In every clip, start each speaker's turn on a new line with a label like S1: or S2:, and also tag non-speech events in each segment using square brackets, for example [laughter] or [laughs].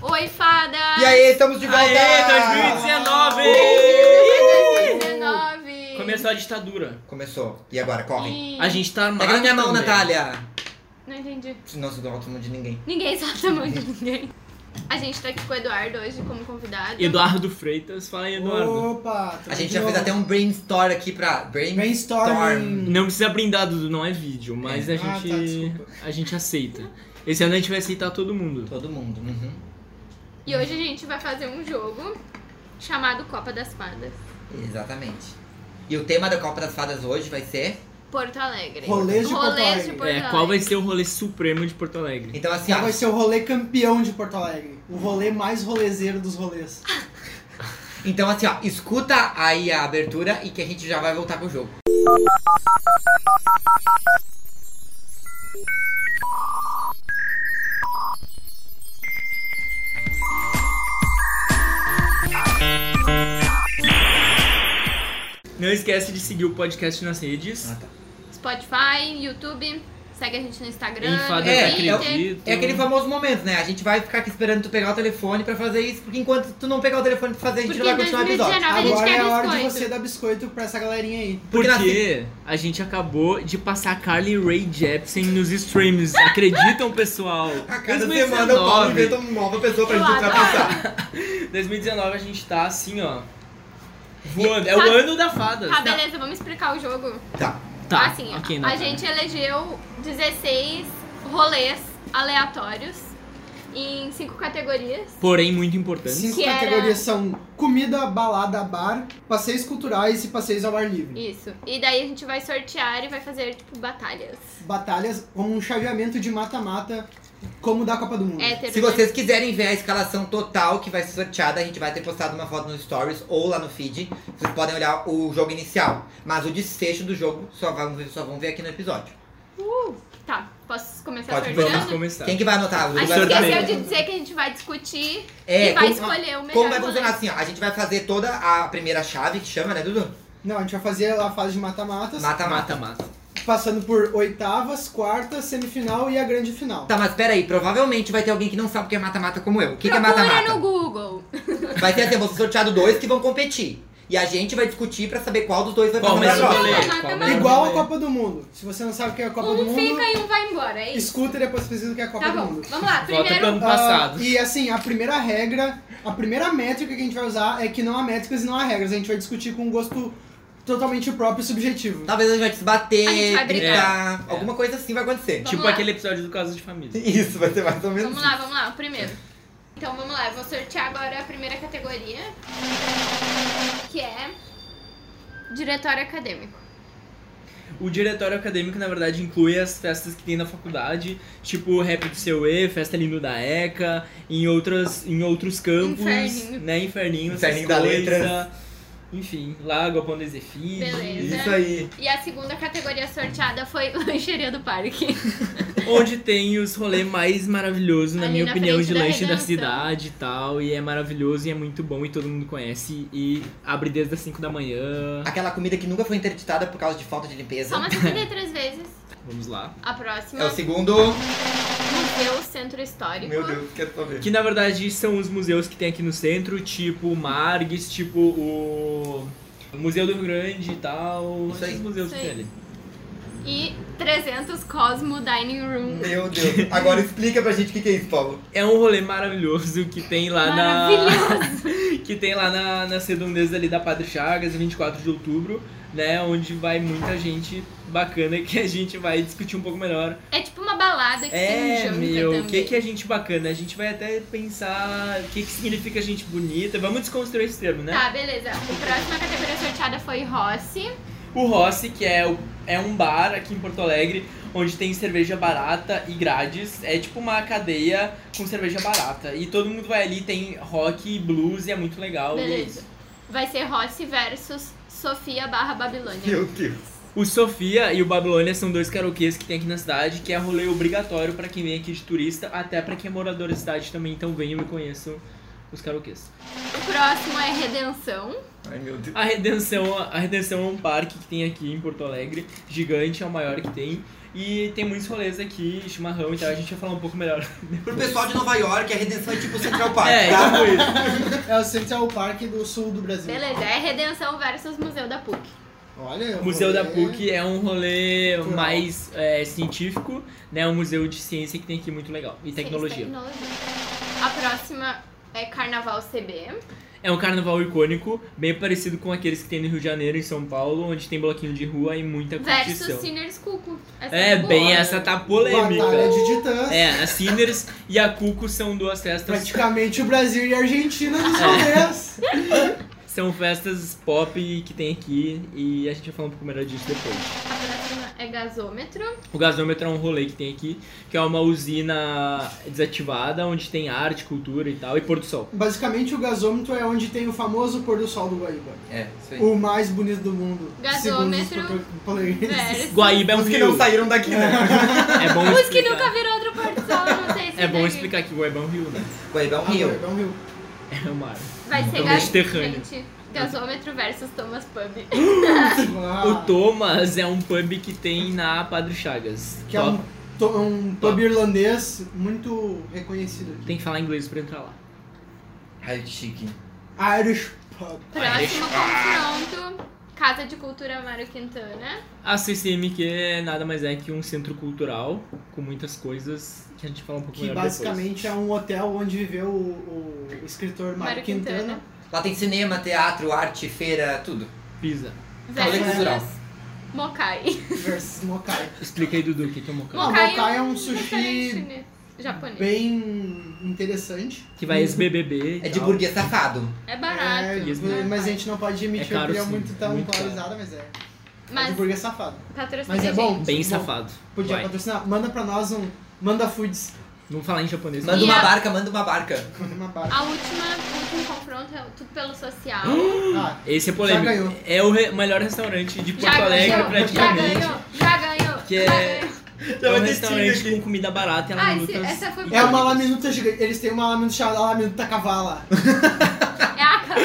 S1: Oi, fadas!
S2: E aí, estamos de volta!
S3: Aê, 2019!
S1: Oi, 2019!
S3: Começou a ditadura.
S2: Começou. E agora, corre.
S1: Ih,
S3: A gente tá mal
S2: Pega na minha mão,
S3: também.
S2: Natália.
S1: Não entendi.
S2: Senão você não mão de ninguém.
S1: Ninguém sabe a mão de ninguém. A gente tá aqui com o Eduardo hoje como convidado.
S3: Eduardo Freitas, fala aí,
S2: Oh.
S3: Eduardo.
S4: Opa! tudo
S2: A gente
S4: de
S2: já
S4: novo?
S2: fez até um brainstorm aqui pra...
S4: brainstorm.
S3: Não precisa brindar, Dudu, não é vídeo, mas
S4: É.
S3: a
S4: Ah,
S3: gente.
S4: tá, desculpa.
S3: a gente aceita. Esse ano a gente vai aceitar todo mundo.
S2: Todo mundo. Uhum.
S1: E hoje a gente vai fazer um jogo chamado Copa das Fadas.
S2: Exatamente. E o tema da Copa das Fadas hoje vai ser...
S1: Porto
S2: um
S1: Alegre.
S4: Rolês de Porto
S1: Rolês de
S4: Alegre.
S1: Porto Alegre.
S3: É, qual vai ser o rolê supremo de Porto Alegre?
S2: Então assim,
S4: Qual
S2: ó.
S4: vai ser o rolê campeão de Porto Alegre? O rolê mais rolezeiro dos rolês.
S1: Ah,
S2: Então assim, ó. Escuta aí a abertura e que a gente já vai voltar pro jogo.
S3: Não esquece de seguir o podcast nas redes.
S2: Ah, tá.
S1: Spotify, YouTube, segue a gente no Instagram,
S3: Em Fadas
S2: É,
S1: no
S2: é,
S1: Twitter.
S3: acredito.
S2: É aquele famoso momento, né? A gente vai ficar aqui esperando tu pegar o telefone pra fazer isso, porque enquanto tu não pegar o telefone pra fazer, a gente
S1: Porque
S2: não vai
S1: em
S2: continuar o episódio.
S1: 2019 a gente
S4: Agora é
S1: quer
S4: a hora de
S1: biscoito.
S4: você dar biscoito pra essa galerinha aí.
S2: Porque na-
S3: Porque a gente acabou de passar Carly Ray Jepsen nos
S2: [laughs]
S3: streams. Acreditam, pessoal?
S2: A cada semana o Paulo inventa uma nova pessoa pra
S1: Eu
S2: gente
S1: adoro.
S2: ultrapassar.
S3: 2019 a gente tá assim, ó. Voando. É o
S1: Tá-
S3: ano da fada.
S1: Tá, beleza, vamos explicar o jogo.
S2: Tá.
S3: Tá,
S1: assim,
S3: ok,
S1: a
S3: Natália.
S1: gente elegeu 16 rolês aleatórios em cinco categorias.
S3: Porém, muito importante.
S4: Cinco
S1: Que era-
S4: categorias são comida, balada, bar, passeios culturais e passeios ao ar livre.
S1: Isso. E daí a gente vai sortear e vai fazer, tipo, batalhas.
S4: Batalhas como um chaveamento de mata-mata, como da Copa do Mundo.
S1: Hétero,
S2: Uh, Se vocês quiserem ver a escalação total que vai ser sorteada, a gente vai ter postado uma foto nos stories ou lá no feed. Vocês podem olhar o jogo inicial. Mas o desfecho do jogo só vão ver, só vão ver aqui no episódio.
S1: Tá, posso começar
S2: Pode,
S3: Vamos
S1: sorteando?
S3: começar.
S2: Quem que vai anotar? O
S1: A gente
S2: Dudu vai
S1: esqueceu
S2: anotar.
S1: de dizer que a gente vai discutir
S2: É,
S1: e vai
S2: como-
S1: escolher o melhor
S2: Como vai
S1: rolê.
S2: funcionar assim, ó? A gente vai fazer toda a primeira chave que chama, né, Dudu?
S4: Não, a gente vai fazer a fase de mata-matas,
S2: Mata-mata.
S3: mata.
S4: passando por oitavas, quartas, semifinal e a grande final.
S2: Tá, mas peraí, provavelmente vai ter alguém que não sabe o que é mata-mata como eu. O que, que é
S1: Procura
S2: mata-mata?
S1: no Google.
S2: Vai ter assim, vão ser sorteado dois que vão competir. E a gente vai discutir pra saber qual dos dois vai
S3: Qual
S2: passar pra
S3: mais
S1: mas eu
S2: próxima.
S3: rolê?
S1: mata,
S3: Qual
S1: mata.
S3: mais
S4: Igual a
S3: rolê?
S4: Copa do Mundo. Se você não sabe o que é a Copa do
S1: Um
S4: Mundo,
S1: fica e um vai embora, é isso.
S4: escuta e depois pesquisa o que é a Copa
S1: Tá
S4: do
S1: bom,
S4: Mundo.
S1: vamos lá.
S3: Volta pro
S1: Primeiro,
S3: ano passado.
S4: Ah, e assim, a primeira regra, a primeira métrica que a gente vai usar é que não há métricas e não há regras. A gente vai discutir com um gosto totalmente
S3: [laughs]
S4: próprio e subjetivo.
S2: Talvez a gente vai
S1: A
S2: te
S1: gente
S2: bater,
S1: vai brigar.
S2: gritar. Alguma coisa assim vai acontecer.
S1: Vamos
S3: Tipo
S1: lá.
S3: aquele episódio do Caso de Família.
S2: [laughs] Isso, vai ser mais ou menos.
S1: Vamos lá, vamos lá, o primeiro. Então vamos lá, eu vou sortear agora a primeira categoria, que é diretório acadêmico.
S3: O diretório acadêmico, na verdade, inclui as festas que tem na faculdade, tipo o Rap do Seu E, Festa Lindo da ECA, em, outras, em outros campos,
S1: Inferninho.
S3: né? Inferninho, essas
S2: Inferninho da
S3: coisas.
S2: Letras.
S3: Enfim, Lago, Galpão do Ezefi.
S1: Beleza.
S2: Isso aí.
S1: E a segunda categoria sorteada foi [laughs] lancheria do parque.
S3: Onde tem os rolês mais maravilhosos, na
S1: Ali
S3: minha
S1: na
S3: opinião,
S1: frente
S3: de
S1: da
S3: lanche da
S1: redação.
S3: cidade e tal. E é maravilhoso e é muito bom e todo mundo conhece. E abre desde as 5 da manhã.
S2: Aquela comida que nunca foi interditada por causa de falta de limpeza.
S1: Só umas 63 vezes.
S3: Vamos lá.
S1: A próxima,
S2: É o segundo.
S1: Museu Centro Histórico.
S2: Meu Deus, quero só ver.
S3: Que na verdade são os museus que tem aqui no centro, tipo o Margues, tipo o Museu do Rio Grande e tal.
S2: Isso aí.
S3: Esses museus
S1: Isso
S3: que tem
S1: aí.
S3: ali.
S1: E 300 Cosmo Dining Room.
S2: Meu Deus. Agora explica pra gente o que, que é isso, Paulo.
S3: É um rolê maravilhoso que tem lá na.
S1: Maravilhoso!
S3: que tem lá na, nas redondezas ali da Padre Chagas, 24 de outubro, né? Onde vai muita gente bacana que a gente vai discutir um pouco melhor.
S1: É tipo uma [laughs] balada que tem
S3: É,
S1: junta
S3: meu,
S1: também.
S3: o que, que é gente bacana? A gente vai até pensar o que, que significa gente bonita. Vamos desconstruir esse termo, né?
S1: Tá, beleza. A próxima categoria sorteada foi Rossi.
S3: O Rossi, que é, o- é um bar aqui em Porto Alegre, onde tem cerveja barata e grades. É tipo uma cadeia com cerveja barata. E todo mundo vai ali, tem rock e blues, e é muito legal. E é
S1: Beleza.
S3: isso.
S1: Vai ser Rossi versus Sofia barra Babilônia.
S2: Meu Deus.
S3: O Sofia e o Babilônia são dois karaokês que tem aqui na cidade, que é rolê obrigatório pra quem vem aqui de turista, até pra quem é morador da cidade também. Então venham e conheçam os karaokês.
S1: O próximo é Redenção.
S2: Ai, meu Deus.
S3: A Redenção, a Redenção é um parque que tem aqui em Porto Alegre, gigante, é o maior que tem. E tem muitos rolês aqui, chimarrão e tal, a gente vai falar um pouco melhor.
S2: Pro pessoal de Nova York, a redenção é tipo Central Park,
S3: É,
S2: tá?
S3: tipo isso.
S4: É o Central Park do sul do Brasil.
S1: Beleza, é Redenção versus Museu da PUC.
S4: Olha.
S3: O Museu da
S4: rolê.
S3: PUC é um rolê
S4: Cultural.
S3: mais é, científico, né? Um museu de ciência que tem aqui muito legal. E tecnologia.
S1: Tecnologia. A próxima é Carnaval CB.
S3: É um carnaval icônico, bem parecido com aqueles que tem no Rio de Janeiro e São Paulo, onde tem bloquinho de rua e muita
S1: Versus
S3: competição.
S1: Sinners Cuco. Essa
S3: É,
S1: boa. né?
S3: bem, essa tá
S4: Batalha
S3: polêmica.
S4: de titãs.
S3: É, a Sinners e a Cuco são duas festas.
S4: Praticamente o Brasil e a Argentina
S3: É.
S4: nos rolês.
S3: São festas pop que tem aqui e a gente vai falar um pouco melhor disso depois.
S1: A próxima é
S4: [laughs]
S1: Gasômetro.
S3: O gasômetro é um rolê que tem aqui, que é uma usina desativada, onde tem arte, cultura e tal, e pôr do sol.
S4: Basicamente, o gasômetro é onde tem o famoso pôr do sol do Guaíba.
S2: É, isso aí.
S4: O mais bonito do mundo.
S1: Gasômetro
S4: segundo os propo- players.
S1: Versus.
S3: Guaíba é um
S2: Os que
S3: rio.
S2: não saíram daqui, né?
S3: É bom
S1: [laughs] Os que
S3: explicar.
S1: nunca né? viram outro pôr do sol, não
S4: [laughs]
S1: sei se
S3: É bom
S1: daí
S3: explicar que Guaíba é um rio, né?
S2: [laughs] Guaíba é um
S4: Ah,
S2: rio.
S4: Guaíba é
S3: [laughs]
S4: um rio.
S3: É o mar.
S1: Vai ser
S3: É um
S1: gas...
S3: Mediterrâneo.
S1: gente, Gasômetro versus Thomas Pub.
S4: [laughs] Ah,
S3: O Thomas é um pub que tem na Padre Chagas.
S4: que é um, to- um pub irlandês muito reconhecido aqui.
S3: Tem que falar inglês pra entrar lá.
S2: Ai, que chique.
S4: Irish Pub.
S1: Próximo confronto. Casa de Cultura Mário Quintana.
S3: A CCMQ nada mais é que um centro cultural com muitas coisas que a gente fala um pouco
S4: Que
S3: melhor
S4: basicamente é um hotel onde viveu o, o escritor Mário
S1: Mário Quintana.
S4: Quintana.
S2: Lá tem cinema, teatro, arte, feira, tudo.
S3: depois. Pisa.
S2: Rolê cultural.
S1: Versus Mokai.
S4: versus Mokai.
S3: Explica aí, Dudu, o que que é um
S4: Bom,
S3: mocão.
S4: Mokai é um sushi
S1: restaurante chinês- Japonês.
S4: Bem interessante.
S3: Que vai ex-BBB e
S2: É de
S3: tal.
S2: burguês safado.
S1: É barato.
S4: É,
S3: Isso
S1: né?
S4: mas a gente não pode
S3: É
S4: emitir
S3: caro,
S4: opinião
S3: sim.
S4: muito tão
S3: Muito caro.
S4: polarizada, mas é. Mas...
S1: Mas
S4: Hambúrguer safado.
S1: patrocina
S4: Mas é
S1: a
S4: bom.
S1: gente.
S3: Bem
S4: Bom,
S3: safado.
S4: Podia
S3: Vai.
S4: patrocinar. Manda pra nós um. Manda foods.
S3: Vamos falar em japonês.
S2: Manda
S1: E
S2: uma
S1: a-
S2: barca, manda uma barca.
S4: Manda uma barra.
S1: A última, o último confronto é o tudo pelo
S4: [gasps]
S1: social.
S4: Ah,
S3: Esse é polêmico.
S4: Já ganhou.
S3: É o re- melhor restaurante de Porto
S1: já
S3: Alegre,
S1: ganhou, já
S3: praticamente.
S1: ganhou, já ganhou.
S3: Que é-
S1: já ganhou.
S3: É um
S2: vai ter
S3: restaurante
S2: Tinder
S3: com comida barata e ela
S1: Ah, esse-
S3: lutas
S1: essa foi
S3: e
S1: boa.
S4: é uma
S3: comidas.
S4: laminuta gigante. Eles têm uma laminuta chamada laminuta cavala.
S1: É a cara.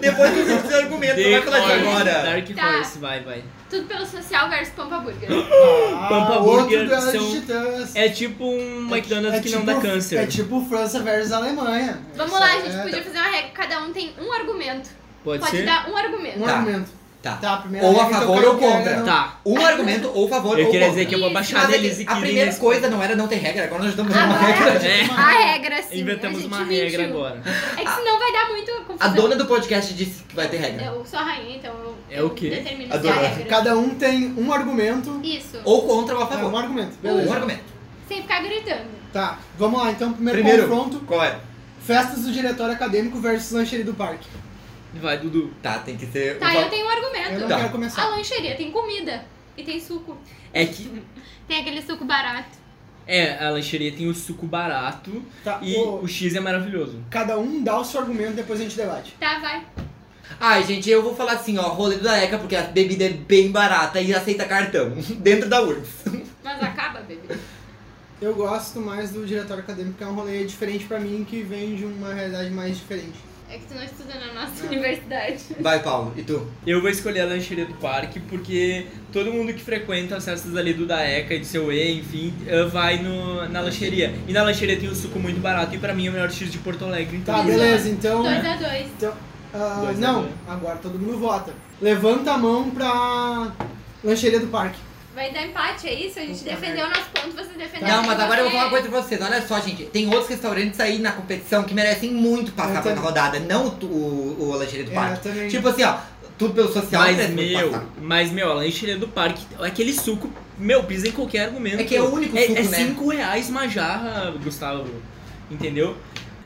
S2: Depois dos outros argumentos,
S3: Dark
S2: vai falar de
S3: Horse,
S2: agora.
S3: Dark
S1: Tá.
S3: Horse, vai, vai.
S1: Tudo pelo social versus Pampa Burger.
S4: [laughs] Ah,
S3: [laughs] Pampa Burger
S4: outro duelo
S3: são-
S4: de titãs.
S3: É tipo um McDonald's
S4: É
S3: que
S4: tipo-
S3: não dá câncer.
S4: É tipo França versus Alemanha.
S1: Vamos
S4: Isso
S1: lá,
S4: é-
S1: gente podia fazer uma regra. Cada um tem um argumento.
S3: Pode,
S1: Pode
S3: ser?
S1: dar um
S4: Um
S1: argumento.
S2: Tá.
S4: argumento.
S2: Tá.
S4: Tá, a primeira
S2: Ou a
S4: regra, então,
S2: favor ou
S4: qualquer
S2: contra.
S4: regra não-
S3: Tá.
S2: Um argumento, ou favor,
S3: Eu
S2: ou
S3: queria
S2: contra.
S3: dizer que eu vou
S1: Isso.
S3: baixar
S2: Mas é
S3: deles
S2: que
S3: e
S2: a
S3: que
S2: primeira
S3: ninguém
S2: [laughs] coisa não era não ter regra, agora nós estamos uma
S1: Agora-
S2: regra.
S4: É.
S1: A regra, sim. a
S3: Inventamos
S1: gente
S3: uma
S1: mentiu.
S3: regra agora.
S1: É que senão vai dar muito confusão.
S2: A dona do podcast disse que vai ter regra.
S1: é Eu sou a rainha, então eu,
S3: É o
S1: eu
S3: quê?
S1: determino
S2: A
S1: se é a
S2: dona.
S1: regra.
S4: Cada um tem um argumento.
S1: Isso.
S2: Ou contra ou a
S4: É, um
S2: favor.
S1: Uh.
S4: argumento,
S2: Um
S4: beleza.
S2: argumento.
S1: Sem ficar gritando.
S4: Tá, vamos lá então. Primeiro,
S2: Primeiro.
S4: confronto:
S2: Qual é?
S4: festas do diretório acadêmico versus lancheria do parque.
S3: Vai, Dudu.
S2: Tá, tem que ser.
S1: Tá,
S2: um
S1: eu
S2: fa-
S1: tenho um
S4: Eu
S1: argumento.
S4: não
S2: Tá.
S4: quero
S1: A
S4: começar.
S1: lancheria tem comida e tem suco.
S3: É que.
S1: Tem aquele suco barato.
S3: É, a lancheria tem o suco barato
S4: Tá,
S3: e
S4: o-
S3: o X é maravilhoso.
S4: Cada um dá o seu argumento, depois a gente debate.
S1: Tá, vai.
S2: Ai, gente, eu vou falar assim, ó, rolê do Daeca, porque a bebida é bem barata e aceita cartão. [laughs] Dentro da URGS.
S1: Mas acaba, bebê.
S4: Eu gosto mais do diretório acadêmico, que é um rolê diferente pra mim, que vem de uma realidade mais diferente.
S1: É que tu não estuda na nossa universidade.
S2: Vai, Paulo, e tu?
S3: Eu vou escolher a lancheria do parque porque todo mundo que frequenta as festas ali do Daeca e do seu E, enfim, eh, vai no, na lancheria. E na lancheria tem o suco muito barato e pra mim é o melhor X de Porto Alegre. Então
S4: Tá,
S1: Isso.
S4: beleza, então.
S1: 2 a 2
S4: então ah,
S3: Dois a
S4: não,
S3: dois.
S2: um.
S4: agora todo mundo vota. Levanta a mão pra lancheria do parque.
S1: Vai dar empate, é isso? A gente
S4: Puta
S1: defendeu o nosso ponto, É. você defendeu
S2: Não,
S1: o
S2: mas
S1: que
S2: agora eu vou
S1: você-
S2: falar uma coisa pra vocês. Olha só, gente. Tem outros restaurantes aí na competição que merecem muito passar
S4: Eu
S2: pra
S4: também.
S2: rodada. Não o, o, o lancheria do
S4: É,
S2: parque.
S4: também.
S2: Tipo assim, ó. Tudo pelo social.
S3: Mas
S2: merece muito
S3: meu,
S2: passar.
S3: mas meu, a lancheria do parque, aquele suco, meu, pisa em qualquer argumento.
S2: É que é o único
S3: É,
S2: suco,
S3: é
S2: né?
S3: cinco reais uma jarra, Gustavo. Entendeu?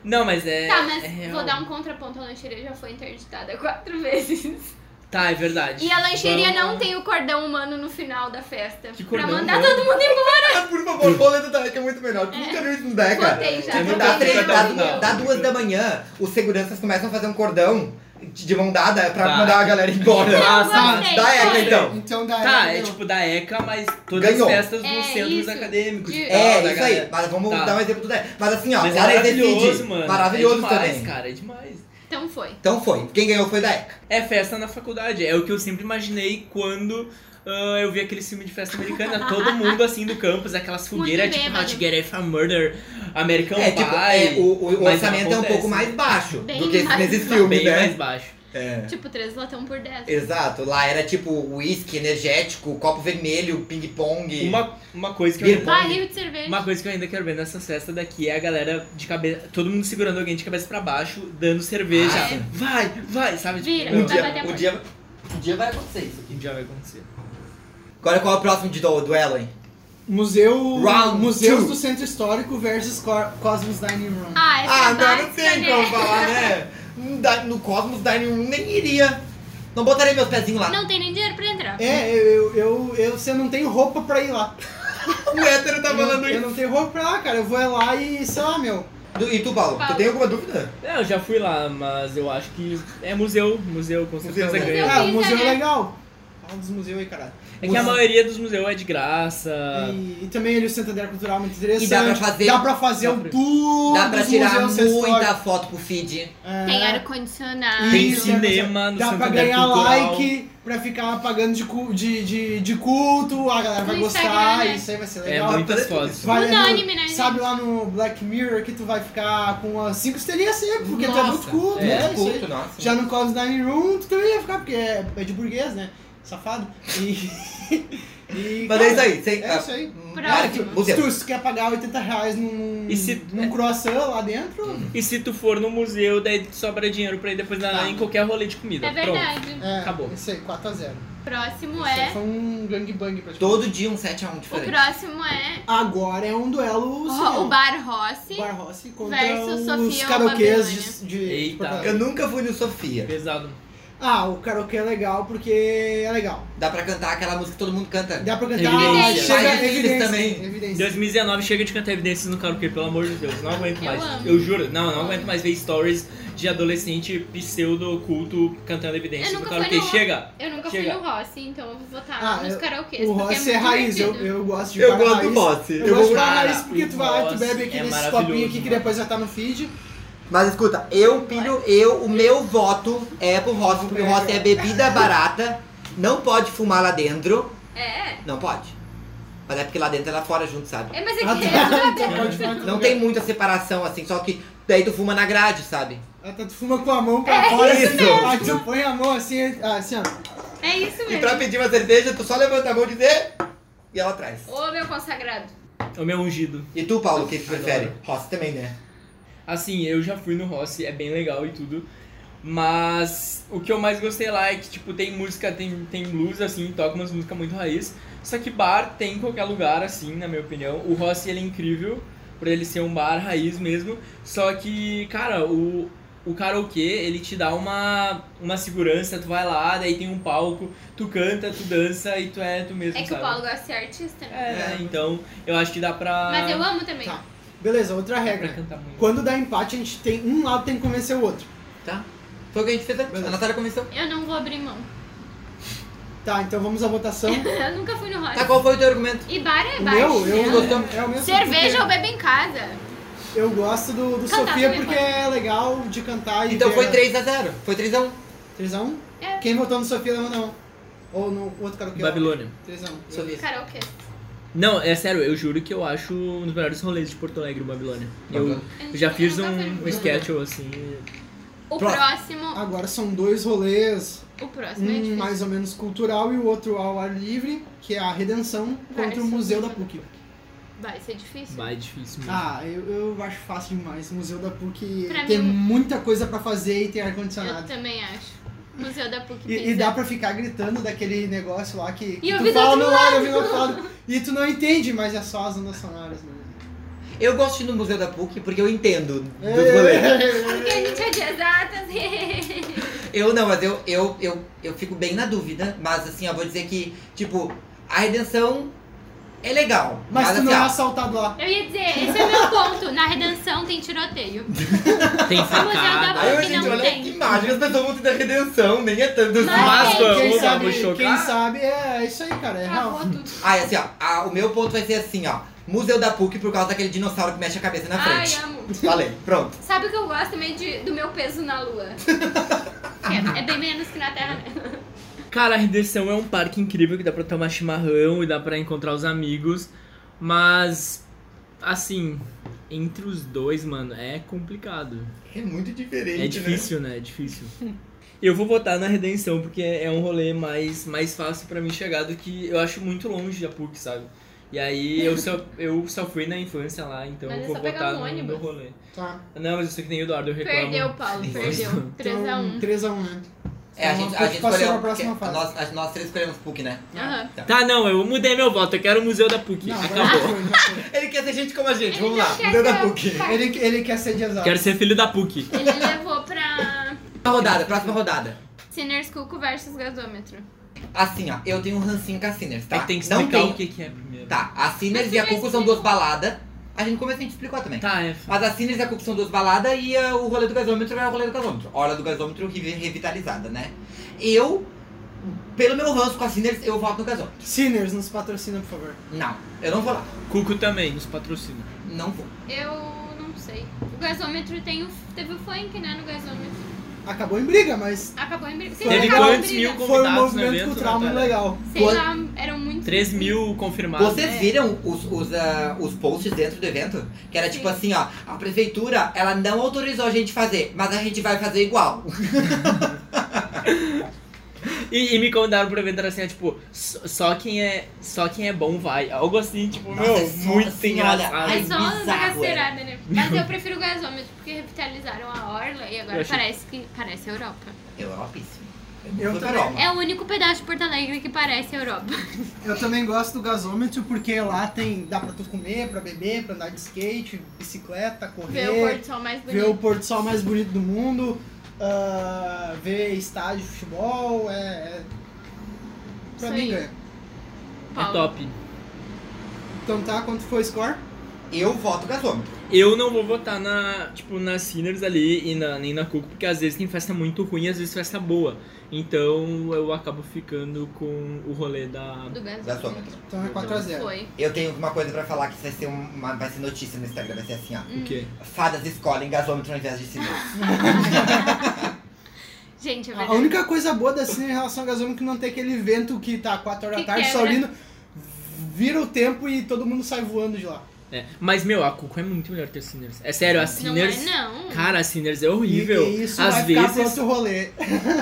S3: Não, mas é.
S1: Tá, mas
S3: é real.
S1: vou dar um contraponto. A lancheria já foi interditada [laughs] quatro vezes.
S3: Tá, é verdade.
S1: E a lancheria
S3: Vamos-
S1: não tem o cordão humano no final da festa.
S3: Que
S1: pra
S3: cordão
S1: mandar
S3: humano?
S1: todo mundo embora.
S2: Ah, por favor, o rolê do Daeca é muito melhor. Tu nunca viu isso no Daeca.
S1: Contei já.
S3: Eu não
S1: contei
S2: Dá,
S1: minha
S3: tenho
S2: três, dá,
S3: cordão,
S1: opinião.
S3: não.
S2: dá duas da manhã, os seguranças começam a fazer um cordão de de mão dada pra
S3: Tá.
S2: mandar a galera embora.
S4: Ah,
S1: gostei.
S2: Da ECA, então.
S4: Então dá
S3: Tá, é
S4: eu-
S3: tipo da ECA, mas todas
S2: Ganhou.
S3: as festas
S1: É,
S3: dos centros
S1: isso.
S3: acadêmicos.
S1: De-
S3: e
S2: É,
S3: tal, da
S2: isso
S3: Tá, galera.
S2: aí. Mas vamos
S3: Tá.
S2: dar um exemplo do Dé. Mas assim, ó,
S3: Mas
S2: o
S3: é
S2: Ares decide.
S3: maravilhoso, mano.
S2: Maravilhoso
S3: é demais,
S2: também.
S3: cara, é demais.
S1: Então foi.
S2: Então foi. Quem ganhou foi da ECA.
S3: É festa na faculdade, é o que eu sempre imaginei quando ah, eu vi aquele filme de festa
S1: [laughs]
S3: americana. Todo mundo assim do campus, aquelas
S1: Muito
S3: fogueiras, tipo How
S1: bêbado.
S3: to Get Away with Murder, American
S2: é,
S3: Pie.
S2: tipo, é, o, o- o
S3: Então mas
S2: orçamento é um
S3: acontece.
S2: pouco mais baixo
S1: Bem
S2: do que
S1: mais
S2: nesses
S1: baixo.
S2: filmes,
S3: bem
S2: né?
S3: mais baixo.
S2: É.
S1: Tipo, três latão por 10.
S4: É.
S2: Exato. Lá era tipo uísque, energético, copo vermelho, ping-pong.
S3: Uma, uma coisa que eu...
S2: Beer
S1: Barril de cerveja.
S3: Uma coisa que eu ainda quero ver nessa festa daqui é a galera de cabeça. Todo mundo segurando alguém de cabeça pra baixo, dando cerveja.
S1: Ah, é.
S3: Vai, vai, sabe?
S1: Vira,
S3: não,
S2: Um
S1: Então vai
S2: dia,
S1: bater a
S2: um
S1: porta.
S2: dia, um dia vai acontecer isso aqui.
S3: um dia vai acontecer.
S2: Agora qual é o próximo de du- duelo, hein?
S4: Museu.
S2: Round
S4: Museus
S2: two.
S4: do Centro Histórico versus Co- Cosmos Dining Room.
S1: Ah, essa é
S2: Ah, não, não
S1: básica,
S2: tem
S1: né?
S4: então.
S2: como falar, né? Não dá- No Cosmos Dining Room nem iria. Não botarei meus pezinhos lá.
S1: Não tem nem dinheiro pra entrar.
S4: É, eu, eu, eu, eu- Você não tem roupa pra ir lá.
S2: O hétero tá
S4: eu,
S2: falando
S4: não, eu
S2: isso.
S4: não tenho roupa pra ir lá, cara. Eu vou é lá e, sei lá, meu.
S2: Du- E tu, Paulo, tu
S1: Paulo.
S2: tem alguma dúvida?
S3: É, eu já fui lá, mas eu acho que é museu, museu com certeza
S2: Museu, né?
S3: ganha.
S4: Ah, o
S1: fiz,
S4: museu é
S1: né?
S4: legal. Fala dos museus aí, caralho.
S3: É que a maioria dos museus é de graça.
S4: E, e também ele, o Centro André Cultural, é muito interessante.
S2: E dá pra fazer-
S4: Dá pra fazer
S3: dá
S4: o
S3: pra-
S4: tour.
S2: Dá pra
S4: dos
S2: tirar
S4: museus da história.
S2: muita foto pro feed.
S4: É.
S1: Tem ar-condicionado.
S3: Tem
S4: Isso, é
S3: cinema no
S4: Dá
S3: Santo
S4: pra
S3: André
S4: ganhar
S3: Cultural.
S4: like, pra ficar pagando de, cu- de, de, de culto, a galera vai
S1: No
S4: gostar,
S1: Instagram, né?
S4: isso aí vai ser
S3: É
S4: legal.
S3: muitas
S2: Dá pra-
S3: fotos.
S4: Vai no-
S1: Unânime, né,
S4: Sabe
S1: gente?
S4: lá no Black Mirror que tu vai ficar com as 5 estrelinhas sempre, porque tu é muito culto,
S3: é,
S4: né?
S2: muito
S4: isso aí.
S2: culto, nossa.
S4: Já no Cosmos Dining Room tu também ia ficar, porque é, é de burguês, né? Safado. E. [laughs] e,
S2: Mas
S4: cara,
S2: é isso aí. Sem,
S4: É isso aí.
S2: Cara, que-
S4: Se
S2: museu.
S4: tu, se tu quer pagar 80 reais num,
S3: E se- Hum,
S4: num croissant lá dentro,
S3: E se tu for no museu, daí sobra dinheiro pra ir depois na-
S4: Tá.
S3: em qualquer rolê de comida.
S1: É verdade.
S4: é,
S3: Acabou.
S4: Isso aí, 4x0.
S1: Próximo é.
S4: Foi um gangbang pra
S2: Todo dia um 7x1
S1: O
S2: diferente.
S1: próximo é.
S4: Agora é um duelo
S1: Ro-
S4: sim,
S1: O Bar Rossi.
S4: Bar Rossi contra
S1: versus
S4: os
S1: Sofia
S4: karaokês
S1: Babilônia.
S4: de, de
S3: Eita.
S4: Porto Alegre.
S2: Eu nunca fui no Sofia.
S3: Pesado.
S4: Ah, o karaokê é legal porque é legal.
S2: Dá pra cantar aquela música que todo mundo canta.
S4: Dá pra cantar,
S3: Evidência.
S4: chega
S2: Mas eles
S4: evidência,
S2: também.
S3: Em
S4: evidência.
S3: 2019 chega de cantar evidências no karaokê, pelo amor de Deus, não aguento
S1: Eu
S3: mais.
S1: amo.
S3: Eu juro, não, não aguento mais ver stories de adolescente pseudo culto cantando evidências
S1: Eu
S3: no
S1: nunca
S3: karaokê.
S1: fui, não.
S3: Chega!
S1: Eu nunca
S3: Chega.
S1: fui no Rossi, então eu vou votar
S4: Ah,
S1: nos
S4: eu-
S1: karaokês.
S4: O
S1: porque
S4: Rossi é
S1: muito
S4: raiz, eu,
S1: divertido.
S4: eu gosto de
S2: Eu
S4: bar
S2: gosto
S4: raiz.
S2: do Bosse.
S4: Eu gosto de bar
S3: Cara,
S4: raiz porque tu vai lá e tu bebe aqui
S3: é
S4: nesse
S3: maravilhoso,
S4: copinho aqui que
S3: mano.
S4: depois já tá no feed.
S2: Mas escuta, eu pilho, eu, o meu voto é pro Rossi, porque o Rossi é bebida barata, não pode fumar lá dentro.
S1: É.
S2: Não pode. Mas é porque lá dentro e lá fora junto, sabe?
S1: É, mas é
S4: Ah,
S1: que
S4: tá. [laughs] Então pode falar
S2: Não
S4: tudo.
S2: tem muita separação assim, só que daí tu fuma na grade, sabe?
S4: Ah, tá, tu fuma com a mão pra fora.
S2: isso
S4: assim,
S2: mesmo.
S4: Aí tu põe a mão assim, ah, assim ó.
S1: é isso
S2: E
S1: mesmo.
S2: pra pedir uma cerveja, tu só levanta a mão e diz "Eh", e ela traz.
S1: Ô, meu consagrado.
S3: É o meu ungido.
S2: E tu, Paulo, o que tu
S3: Adoro.
S2: prefere? Rossi também, né?
S3: Assim, eu já fui no Rossi, é bem legal e tudo. Mas o que eu mais gostei lá é que, tipo, tem música, tem, tem blues, assim, toca umas músicas muito raiz. Só que bar tem em qualquer lugar, assim, na minha opinião. O Rossi, ele é incrível, por ele ser um bar raiz mesmo. Só que, cara, o, o karaokê, ele te dá uma, uma segurança. Tu vai lá, daí tem um palco, tu canta, tu dança e tu é tu mesmo,
S1: É que o
S3: sabe?
S1: Paulo gosta de ser artista, né?
S3: É, então eu acho que dá pra...
S1: Mas eu amo também.
S4: Tá. Beleza, outra
S3: dá pra
S4: regra.
S3: cantar muito.
S4: Quando dá empate, a gente tem um lado tem que convencer o outro.
S2: Tá? Foi o que a gente fez antes. A Natália começou.
S1: Eu não vou abrir mão. [laughs]
S4: Tá, então vamos à votação.
S1: Eu nunca fui no Rossi.
S2: Tá, qual foi o teu argumento?
S1: E bar é
S4: O
S1: bar.
S4: meu, eu
S1: né?
S4: gosto é o mesmo.
S1: Cerveja eu bebo em casa.
S4: porque Eu gosto do, do
S1: Cantar
S4: Sofia
S1: também
S4: porque
S1: pode.
S4: é legal de cantar e.
S2: Então
S4: ver-
S2: foi 3x0. Foi 3x1.
S4: 3x1?
S1: É.
S4: Quem votou no Sofia levou não. Ou no outro cara que é
S3: Babilônia.
S4: 3x1.
S2: Sobre isso.
S1: Karaokê.
S3: Não, é sério, eu juro que eu acho um dos melhores rolês de Porto Alegre, o Babilônia. Eu, eu já fiz um, um sketch assim.
S1: O
S2: Próximo.
S1: próximo.
S4: Agora são dois rolês,
S1: O próximo é
S4: um
S1: difícil.
S4: mais ou menos cultural e o outro ao ar livre, que é a Redenção contra o
S1: Versus
S4: Museu da
S1: Museu.
S4: PUC.
S1: Vai ser difícil.
S3: Vai difícil mesmo.
S4: Ah, eu, eu acho fácil demais. O Museu da PUC
S1: Pra
S4: tem
S1: mim-
S4: muita coisa pra fazer e tem
S1: Eu
S4: ar-condicionado.
S1: também acho. Museu da PUC
S4: E,
S1: Pisa.
S4: e dá pra ficar gritando daquele negócio lá que, que
S1: eu
S4: tu
S1: vi do
S4: fala
S1: outro
S4: no lado, eu vi do outro lado. E tu não entende, mas é só as ondas sonoras, né?
S2: Eu gosto de ir no Museu da PUC porque eu entendo do rolê.
S4: É.
S1: Porque a gente é de exatas. [laughs]
S2: Eu não, mas eu, eu, eu, eu fico bem na dúvida. Mas assim, eu vou dizer que, tipo, a redenção é legal.
S4: [laughs] Mas,
S2: Mas,
S4: tu
S2: assim,
S4: não é
S2: ó,
S4: assaltado lá.
S1: Eu ia dizer, esse é o meu ponto. Na redenção tem tiroteio.
S3: Tem
S1: Aí
S3: facada.
S1: eu-
S2: Ai,
S1: que
S2: gente,
S1: não
S2: olha
S1: tem.
S2: que imagem, as pessoas vão ter da redenção, nem é tanto assim.
S1: Mas-
S3: Mas
S1: Ai,
S3: vamos,
S1: quem
S3: vamos
S4: sabe,
S3: chocar.
S4: quem sabe, é é isso aí, cara. É real.
S1: Travou tudo.
S2: Ai, assim, ó, a- o meu ponto vai ser assim, ó. Museu da PUC por causa daquele dinossauro que mexe a cabeça na
S1: Ai,
S2: frente.
S1: amo.
S2: Falei, pronto.
S1: Sabe o que eu gosto também de, do meu peso na lua? É, é bem menos que na Terra, né?
S3: Cara, a Redenção é um parque incrível que dá pra tomar chimarrão e dá pra encontrar os amigos. Mas, assim, entre os dois, mano, é complicado.
S2: É muito diferente,
S3: É difícil, né? É difícil. Eu vou votar na Redenção porque é um rolê mais, mais fácil pra mim chegar do que eu acho muito longe da PUC, sabe? E aí eu só, eu só fui na infância lá, então
S1: Mas
S3: eu
S1: é
S3: vou
S1: só pegar
S3: votar
S1: um
S3: no
S1: ônibus.
S3: meu rolê.
S4: Tá.
S3: Não, mas eu sei que nem o Eduardo, eu reclamo. Então,
S1: Perdeu, Paulo, perdeu. 3x1.
S4: 3x1, né?
S2: É, a gente, a
S4: Então,
S2: gente
S4: passou
S2: escolheu.
S4: pra próxima
S3: é
S2: porque
S4: fase.
S2: Nós, a- nós três escolhemos PUC, né?
S1: Aham.
S3: Tá, não, eu mudei meu voto, eu quero o Museu da PUC.
S4: Não, agora é
S3: Acabou.
S4: foi, já foi.
S2: Ele quer ser gente como a gente,
S1: Ele
S2: vamos
S1: não
S2: lá.
S1: quer
S2: Museu da
S1: ser-
S2: PUC.
S4: Ele, ele quer ser de exato.
S3: Quero ser filho da PUC.
S1: Ele levou pra
S2: Próxima rodada, próxima rodada.
S1: Sinners Cuco versus Gasômetro.
S2: Assim, ó, eu tenho um rancinho com a Sinners, tá?
S3: É que tem que
S2: Não
S3: explicar
S2: tem.
S3: o que que é primeiro.
S2: Tá, a Sinners e a Cuco são duas baladas. A gente começa a gente explicou também.
S3: Tá, é.
S2: Mas a Sinners e a Cuco são duas baladas e ah, o rolê do gasômetro é o rolê do gasômetro. Hora do gasômetro revi- revitalizada, né? Eu, pelo meu ranço com a Sinners, eu voto no gasômetro.
S4: Sinners, nos patrocina, por favor.
S2: Não, eu não vou lá.
S3: Cuco também nos patrocina.
S2: Não vou.
S1: Eu não sei. O gasômetro tem o, teve o funk, né, no gasômetro.
S4: Acabou em briga, mas
S1: Acabou em briga. Sei
S3: Teve
S1: lá, acabou em
S3: quantos
S1: briga.
S3: mil
S4: foi um
S3: Convidados no
S4: movimento
S3: evento, né,
S4: cultural muito
S3: Natália.
S4: legal.
S1: Sei lá, eram muitos.
S3: 3 mil confirmados.
S2: Vocês viram os, os, ah, os posts dentro do evento? Que era tipo assim, ó, a prefeitura, ela não autorizou a gente fazer, mas a gente vai fazer igual. [laughs]
S3: E, e me convidaram pro evento era assim, é, tipo, só só quem é, só quem é bom vai. Algo assim, tipo,
S2: Nossa,
S3: meu,
S2: é só
S3: muito
S2: assim,
S3: engraçado.
S2: olha,
S1: É só
S2: Bizarro,
S1: uma carcerada,
S3: é.
S1: né? Mas eu prefiro o gasômetro, porque revitalizaram a orla e agora
S3: Eu achei-
S1: parece que parece a Europa.
S2: Europíssimo.
S4: Eu
S2: Fui pra
S4: também.
S2: Europa.
S1: É o único pedaço de Porto Alegre que parece a Europa.
S4: Eu também gosto do gasômetro porque lá tem. dá pra tu comer, pra beber, pra andar de skate, bicicleta,
S1: Ver o pôr
S4: correr,
S1: do sol mais
S4: ver o
S1: bonito.
S4: pôr do sol mais bonito do mundo, ah, ver estádio de futebol, é. é- Pra
S1: Isso
S4: mim
S1: aí.
S4: ganha.
S3: É
S1: Paulo.
S3: top.
S4: Então tá, quanto foi o score?
S2: Eu voto gasômetro.
S3: Eu não vou votar na, tipo, na Sinners ali e na, nem na Cuco, porque às vezes tem festa muito ruim e às vezes festa boa. Então eu acabo ficando com o rolê da.
S1: Do gasômetro.
S2: Gasômetro.
S4: Então é 4x0.
S1: Foi.
S2: Eu tenho uma coisa pra falar que isso vai ser, um, uma, vai ser notícia no Instagram, vai ser assim, ó.
S1: Hum.
S3: O quê?
S2: Fadas escolhem gasômetro ao invés de cinema.
S1: Gente, é
S4: A
S1: verdade.
S4: única coisa boa da cena em relação ao gasômetro é que não tem aquele vento que tá 4 horas da
S1: Que
S4: tarde,
S1: quebra.
S4: saulino, vira o tempo e todo mundo sai voando de lá.
S3: É. Mas, meu, a Cuco é muito melhor que a Sinners. É sério, a
S1: Não é,
S3: Sinners.
S1: não.
S3: Cara, a Sinners é
S4: E,
S3: horrível.
S4: e isso
S3: às
S4: vai
S3: vezes.
S4: ficar pro outro rolê.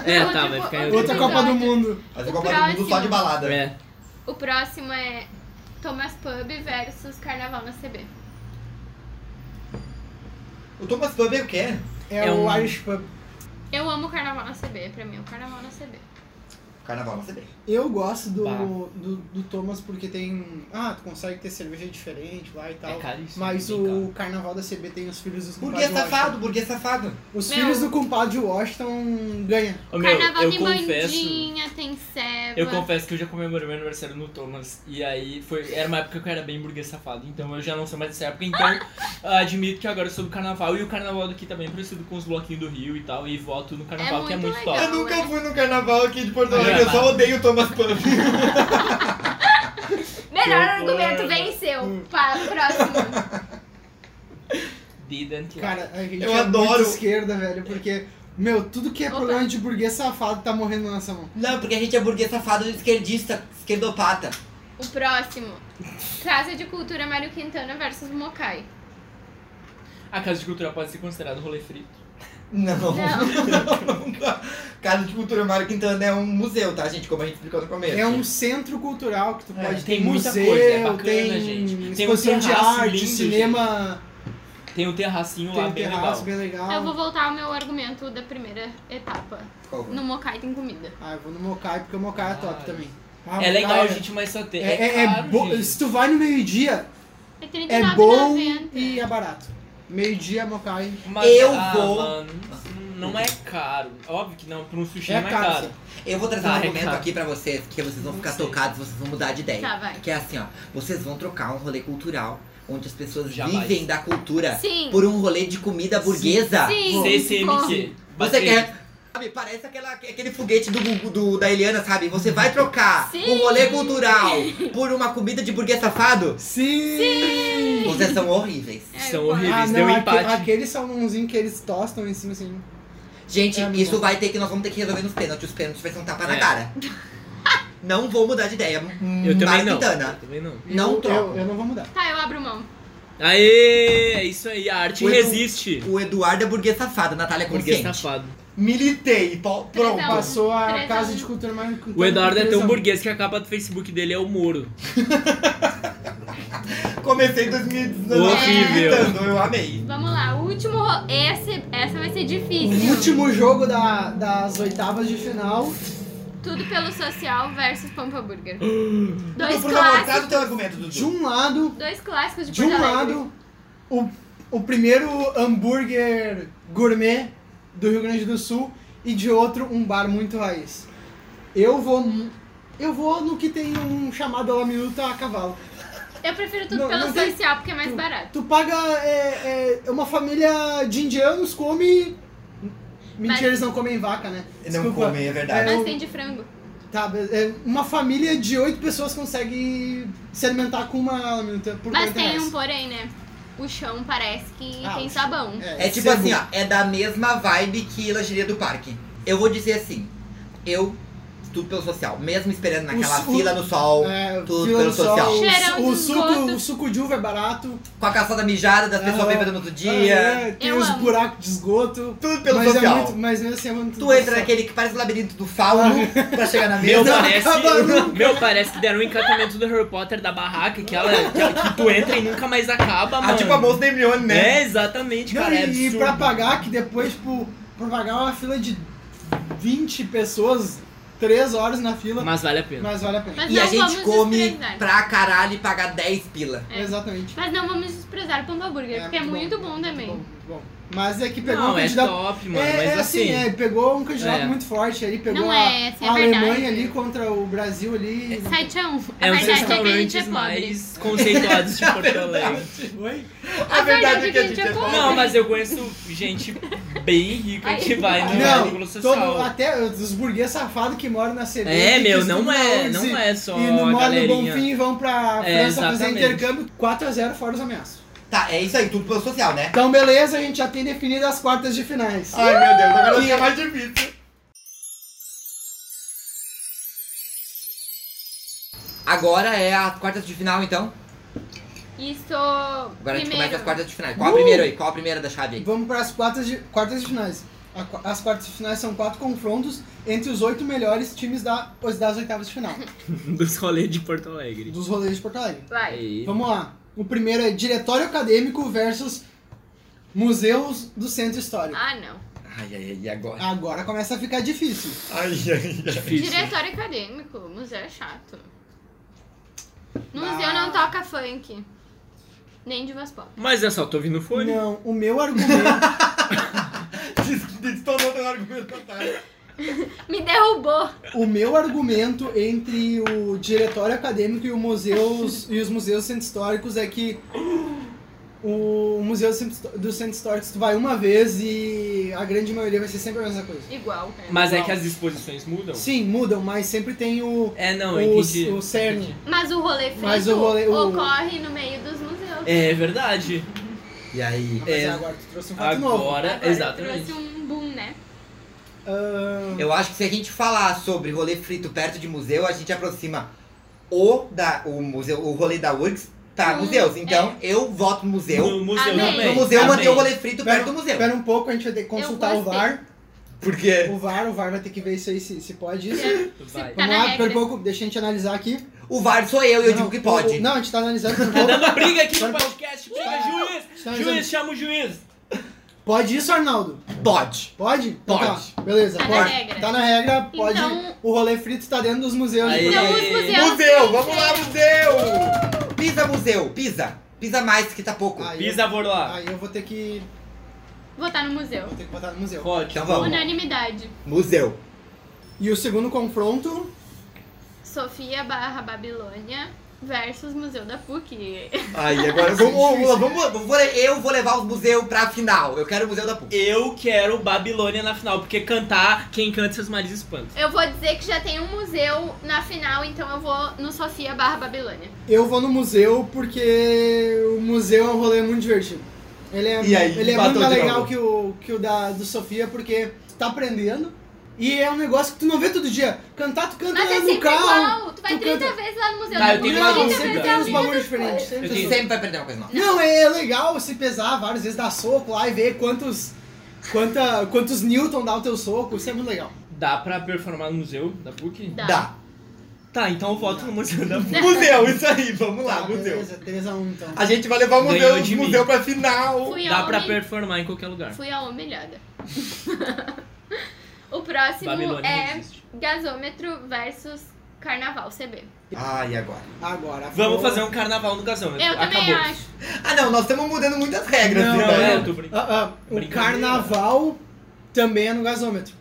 S3: É,
S1: Outro
S3: tá, vai
S1: po-
S3: ficar em
S1: outro
S4: Outra
S3: outro
S4: Copa do
S1: episódio.
S4: Mundo.
S2: Mas
S1: O
S2: eu comparo mundo só de
S1: próximo.
S2: balada.
S3: É.
S1: O próximo é Thomas Pub versus Carnaval na CB.
S2: O Thomas Pub é o quê?
S4: É,
S3: É
S4: o
S3: um-
S4: Irish Pub.
S1: Eu amo o Carnaval na CB, pra mim é o Carnaval na CB.
S2: Carnaval é na CB.
S4: Eu gosto do,
S3: Bah.
S4: do, do Thomas porque tem. Ah, tu consegue ter cerveja diferente lá e tal.
S3: É caríssimo.
S4: Tá. mas
S3: bem
S4: o
S3: caro.
S4: carnaval da CB tem os filhos dos
S2: Burguês
S4: compadres
S2: safado, burguês safado.
S4: Os
S1: tá Meu.
S4: filhos do compadre de Washington ganham.
S3: Ô, meu,
S1: Carnaval
S3: eu
S1: tem
S3: confesso.
S1: bandinha, tem ceva.
S3: Eu confesso que eu já comemorei meu aniversário no Thomas. E aí foi. Era uma época que eu era bem burguês safado. Então eu já não sou mais dessa época. Então admito que agora eu sou do carnaval. E o carnaval daqui também é parecido com os bloquinhos do Rio e tal. E voto no carnaval, que é
S1: muito
S3: muito
S1: legal.
S3: top.
S2: Eu nunca fui no carnaval aqui de Porto Alegre,
S3: Olha
S2: eu só
S3: lá.
S2: odeio o Thomas Pub.
S1: Melhor
S3: Que horror.
S1: argumento venceu. Pa- Próximo.
S3: Didn't like.
S4: Cara, a gente
S2: Eu
S4: é
S2: adoro.
S4: muito esquerda, velho, porque. Meu, tudo que é
S1: Opa.
S4: problema de burguês safado tá morrendo na nossa mão.
S2: [laughs] Não, porque a gente é burguês safado esquerdista, esquerdopata.
S1: O próximo. Casa de Cultura Mário Quintana versus Mokai.
S3: A Casa de Cultura pode ser considerada um rolê frito.
S2: [laughs] Não.
S1: Não.
S2: Casa de Cultura Mário Quintana é um museu, tá, gente? Como a gente explicou no começo.
S4: É um centro cultural que tu
S3: É,
S4: pode
S3: tem
S4: ter
S3: muita
S4: museu,
S3: coisa, é bacana,
S4: tem
S3: gente. Tem um
S4: exposição de
S3: terraço
S4: arte,
S3: lindo,
S4: cinema,
S3: Tem um terracinho
S4: tem
S3: lá
S4: um
S3: bem legal.
S4: terraço bem legal.
S1: Eu vou voltar ao meu argumento da primeira etapa.
S2: Qual?
S1: No Mokai tem comida.
S4: Ah, eu vou no Mokai porque o Mokai é top
S3: Ah,
S4: também. Ah,
S3: É
S4: Mokai
S3: legal, gente, mas só
S4: É,
S3: tem.
S4: é, é
S3: caro,
S4: bo-
S3: gente.
S4: Se tu vai no meio-dia,
S1: É
S4: é
S1: 39,90.
S4: bom e é barato. Meio-dia, Mokai.
S3: Mas-
S2: Eu
S3: ah,
S2: vou-
S3: mano,
S5: não é caro. Óbvio que não, pra um sushi
S4: É
S5: não é
S4: caro,
S5: caro.
S4: sim.
S2: Eu vou trazer um
S5: Tá,
S2: argumento
S5: Ricardo.
S2: aqui pra vocês, que vocês vão
S5: Não
S2: ficar
S5: sei.
S2: tocados, vocês vão mudar de ideia.
S1: Tá, vai.
S2: Que é assim, ó. Vocês vão trocar um rolê cultural, onde as pessoas
S5: Jamais.
S2: vivem da
S4: é.
S2: cultura,
S1: Sim.
S2: por um rolê de comida burguesa.
S1: Sim.
S5: CCMC.
S2: Você
S5: Bateu.
S2: quer. Sabe, parece aquela, aquele foguete do, Gugu- do- da Eliana, sabe? Você vai trocar
S1: Sim.
S2: um rolê cultural por uma comida de burguês safado?
S4: Sim!
S2: Vocês são horríveis.
S1: É,
S5: São
S1: eu gosto.
S5: horríveis.
S4: Ah,
S5: deu
S4: não, aque-
S5: empate.
S4: aqueles salmãozinhos que eles tostam em cima, assim.
S2: Gente,
S4: É,
S2: isso
S4: amor.
S2: vai ter que. Nós vamos ter que resolver nos pênaltis. Os pênaltis vai ser um tapa na
S5: É.
S2: cara. Não vou mudar de ideia.
S4: Hum,
S5: Eu também não. Eu
S2: Maritana.
S5: também não.
S2: Hum. Não
S4: eu,
S2: troco.
S4: Eu, eu não vou mudar.
S1: Tá, eu abro mão.
S5: Aê! É isso aí, a arte
S2: O Edu-
S5: resiste.
S2: O Eduardo é burguês safado, a Natália é
S5: Burguês
S2: consciente.
S5: safado.
S2: Militei. po- Pronto.
S1: Não,
S4: Passou a
S1: três a
S4: Casa
S1: um.
S4: de Cultura mais Cultura
S5: O Eduardo é tão
S4: Empresa.
S5: burguês que a capa do Facebook dele é o Moro.
S2: Comecei em 2019
S5: Horrível.
S2: militando. Eu amei.
S1: Vamos lá, o último ro... Esse, essa vai ser
S4: O
S1: difícil.
S4: último jogo da- das oitavas de final.
S1: Tudo pelo social versus Pampa Burger.
S2: Então,
S1: Dois
S2: por favor,
S1: clássicos.
S2: traz o teu argumento, Dudu.
S4: De um lado,
S1: Dois clássicos de
S4: de um
S1: Porto Alegre.
S4: lado, o, o primeiro hambúrguer gourmet do Rio Grande do Sul e de outro um bar muito raiz. Eu vou mu- eu vou no que tem um chamado a minuta a cavalo.
S1: Eu prefiro tudo
S4: Não,
S1: pelo
S4: não tem-
S1: social, porque é mais barato.
S4: Tu paga é, é, uma família de indianos come Mentira,
S1: Mas-
S4: eles não comem vaca, né?
S2: Não
S4: Desculpa.
S2: comer, é verdade.
S4: É,
S1: Mas
S4: eu-
S1: tem de frango.
S4: Tá, é, uma família de oito pessoas consegue se alimentar com uma minuta por
S1: Mas
S4: 40
S1: tem
S4: reais.
S1: um porém, né? O chão parece que
S4: Ah,
S1: tem
S4: o chão.
S1: sabão.
S2: É tipo
S4: seguro.
S2: assim, ó, é da mesma vibe que Lancheria do Parque. Eu vou dizer assim, eu, tudo pelo social, mesmo esperando naquela
S4: su-
S2: fila no sol,
S4: É,
S2: tudo
S4: fila
S2: pelo
S4: do sol,
S2: social.
S4: o
S1: Cheirão
S4: su-
S1: de
S4: o, suco,
S1: esgoto.
S4: o suco de uva é barato.
S2: com a caçada mijada das pessoas
S4: Aham.
S2: bebendo no outro dia,
S4: É, tem
S1: Eu
S4: os
S1: amo.
S4: buracos de esgoto.
S2: tudo pelo
S4: mas, é
S2: social.
S4: muito, mas mesmo assim é muito.
S2: Tu entra naquele que parece o labirinto do fauno pra chegar na
S5: Meu
S2: mesa. Ah,
S5: parece,
S4: acaba
S5: [laughs] meu parece que deram um encantamento do Harry Potter da barraca que, ela, que, ela- que tu entra e nunca mais acaba, mano.
S2: Ah, tipo a bolsa da Hermione, né?
S5: É, exatamente,
S4: Não,
S5: cara. é
S4: e, e
S5: absurdo.
S4: pra pagar, que depois, tipo, pra pagar uma fila de 20 pessoas, 3 horas na fila,
S5: Mas
S4: mas,
S5: vale a pena.
S4: vale a pena.
S1: Mas
S2: E a
S1: não
S2: gente
S1: vamos
S2: come
S1: desprezar.
S2: pra caralho e paga 10 pila.
S1: É.
S4: Exatamente.
S1: Mas não vamos desprezar o Pampa Burger, porque é muito bom, também.
S4: Bom, bom. Mas é que pegou
S5: Não,
S4: um
S5: é
S4: candidato.
S5: top, mano.
S4: É,
S5: mas
S4: é assim, é, pegou um candidato
S5: É.
S4: muito forte ali, pegou
S1: Não
S4: a,
S1: é, essa é
S4: a
S1: a verdade.
S4: Alemanha ali contra o Brasil ali.
S1: Sai, tchau. A
S5: É um dos
S1: verdade é que a gente é
S5: restaurantes
S1: pobre.
S5: mais
S4: [laughs]
S5: conceituados de Porto Alegre.
S4: Oi?
S1: A verdade é que a gente é pobre.
S5: Não, mas eu conheço gente bem rica que vai no
S4: Não,
S5: vínculo social.
S4: todo, até os burguês safados que moram na CB.
S5: É,
S4: que
S5: meu,
S4: estudam
S5: não
S4: na
S5: é,
S4: URGS
S5: não é só
S4: E não
S5: a
S4: moram no
S5: galerinha.
S4: Bonfim e vão pra
S5: É,
S4: França fazer
S5: exatamente.
S4: intercâmbio 4x0 fora os ameaços.
S2: Tá, é isso aí, tudo pelo social, né?
S4: Então, beleza, a gente já tem definido as quartas de finais.
S2: Ai, meu Deus, agora fica mais difícil. Agora é as quartas de final, então?
S1: Isso.
S2: Agora a gente começa
S1: primeiro.
S2: as quartas de final. Qual a primeira aí? Qual a primeira da chave aí?
S4: Vamos para as quartas de, quartas de finais. A qu- As quartas de finais são quatro confrontos entre os oito melhores times da, os- das oitavas
S5: [laughs]
S4: de final,
S5: Dos rolês de Porto Alegre.
S4: dos rolês de Porto Alegre.
S1: Vai.
S4: Vamos lá. O primeiro é Diretório Acadêmico versus Museus do Centro Histórico.
S1: Ah, não.
S2: Ai, ai, ai, e agora?
S5: Ah.
S4: Agora começa a ficar difícil.
S2: Ai, ai, ai.
S5: Difícil.
S1: Diretório acadêmico. Museu é chato. No
S4: Ah.
S1: museu não toca funk. Nem divas pop.
S5: Mas eu só tô ouvindo fone.
S4: Não, o meu argumento.
S2: Destonou teu argumento, Natália.
S1: Me derrubou.
S4: o meu argumento entre o diretório acadêmico e, o museus, e os museus centros históricos é que o museu do centro Histó- do centro histórico tu vai uma vez e a grande maioria vai ser sempre a mesma coisa.
S1: Igual. é.
S5: Mas é que as exposições mudam.
S4: Sim, mudam, mas sempre tem o,
S5: É, não, eu
S4: o,
S5: entendi.
S4: o cerne.
S1: Mas o rolê feito
S4: Mas o rolê- o-
S1: ocorre no meio dos museus.
S5: É verdade.
S2: E aí?
S4: Mas
S5: É.
S4: agora tu trouxe um fato novo.
S5: Agora,
S1: Agora
S5: exatamente.
S1: Trouxe um boom, né?
S4: Ahn,
S2: Eu acho que se a gente falar sobre rolê frito perto de museu, a gente aproxima o, da, o, museu, o rolê da URGS pra
S1: Hum,
S2: museus. Então, eu voto museu.
S5: um No museu
S1: Amém.
S5: também.
S2: No museu,
S5: Amém.
S2: manter o rolê frito
S4: Pera-
S2: perto do museu.
S4: Espera um pouco, a gente vai ter que consultar o
S1: gostei.
S4: VAR.
S2: Por quê?
S4: O VAR, o VAR vai ter que ver isso aí se, se pode isso.
S3: É.
S5: Vai.
S1: Tá
S4: Vamos
S1: na
S4: lá,
S1: regra.
S4: espera um pouco, deixa a gente analisar aqui.
S2: O VAR sou eu e eu
S4: Não,
S2: digo que
S4: o-
S2: pode.
S4: Não, a gente tá analisando. por
S5: Tá
S4: favor.
S5: dando briga aqui no
S4: Espera um pouco.
S5: podcast. Chama o [laughs] juiz.
S4: Tá dizendo-
S5: Juiz, chama o juiz.
S4: Pode isso, Arnaldo?
S2: Pode.
S4: Pode? Então
S2: Pode.
S4: tá. Beleza,
S1: Tá na
S4: pode.
S1: regra.
S4: Tá na regra, pode.
S1: Então-
S4: O rolê frito tá dentro dos museus.
S5: Aí.
S4: de Porto
S1: Então
S4: Alegre.
S1: os museus.
S2: Museu, vamos lá, museu! Pisa, museu, pisa. Pisa mais que tá pouco.
S4: Ai.
S1: Então-
S5: Pisa, por lá.
S4: Aí eu vou ter que
S1: Votar no museu.
S4: Vou ter que botar no museu.
S3: Rock.
S5: Tá
S2: Então vamos.
S1: Unanimidade.
S2: Museu.
S4: E o segundo confronto
S1: Sofia barra Babilônia versus Museu da PUC.
S2: Aí, agora vamos, vamos, vamos, vamos- eu vou levar o museu pra final. Eu quero o museu da PUC.
S3: Eu quero Babilônia na final, porque cantar, quem canta seus maridos espanta.
S1: Eu vou dizer que já tem um museu na final, então eu vou no Sofia barra Babilônia.
S4: Eu vou no museu porque o museu é um rolê muito divertido. Ele é,
S2: E aí,
S4: ele é muito
S2: empatou
S4: mais
S2: de
S4: legal
S2: novo.
S4: que o, que o da, do Sofia, porque tu tá aprendendo e é um negócio que tu não vê todo dia. Cantar, tu canta
S1: Mas é
S4: no
S1: sempre
S4: carro.
S1: igual. Tu vai
S4: tu
S1: 30
S4: canta-
S1: vezes lá no museu
S3: Tá,
S1: da
S3: eu
S1: PUC,
S3: tenho
S4: não,
S3: uma
S1: 30
S3: dúvida.
S4: sempre
S1: vezes
S4: tem
S1: é
S4: uns
S1: o
S4: bagulho
S1: mesmo.
S4: diferente. Sempre
S3: Eu tenho-
S4: tem-
S2: Sempre vai perder uma coisa nova.
S4: Não, é legal se pesar várias vezes, dar soco lá e ver quantos, quanta, quantos Newton dá o teu soco. Isso é muito legal.
S3: Dá pra performar no museu da PUC?
S1: Dá.
S2: Dá.
S3: Tá, então eu voto no museu da PUC.
S2: Museu, isso aí, vamos lá,
S4: Tá,
S2: museu.
S4: beleza, 3x1 então.
S2: A gente vai levar o museu,
S3: Ganhou de mim.
S2: museu pra final.
S1: Fui a
S3: Dá pra
S1: humil-
S3: performar em qualquer lugar.
S1: Fui a humilhada. [laughs] o próximo
S3: Babilônia não
S1: é
S3: existe.
S1: gasômetro versus carnaval CB.
S2: Ai, agora.
S4: Agora.
S3: Vamos
S4: vou-
S3: fazer um carnaval no gasômetro.
S1: Eu também
S3: Acabou.
S1: acho.
S2: Ah, não, nós estamos mudando muitas regras.
S4: Não,
S2: né?
S3: Não, é, eu tô brincando.
S4: Ah, ah, o
S3: Brincadeira.
S4: carnaval também é no gasômetro.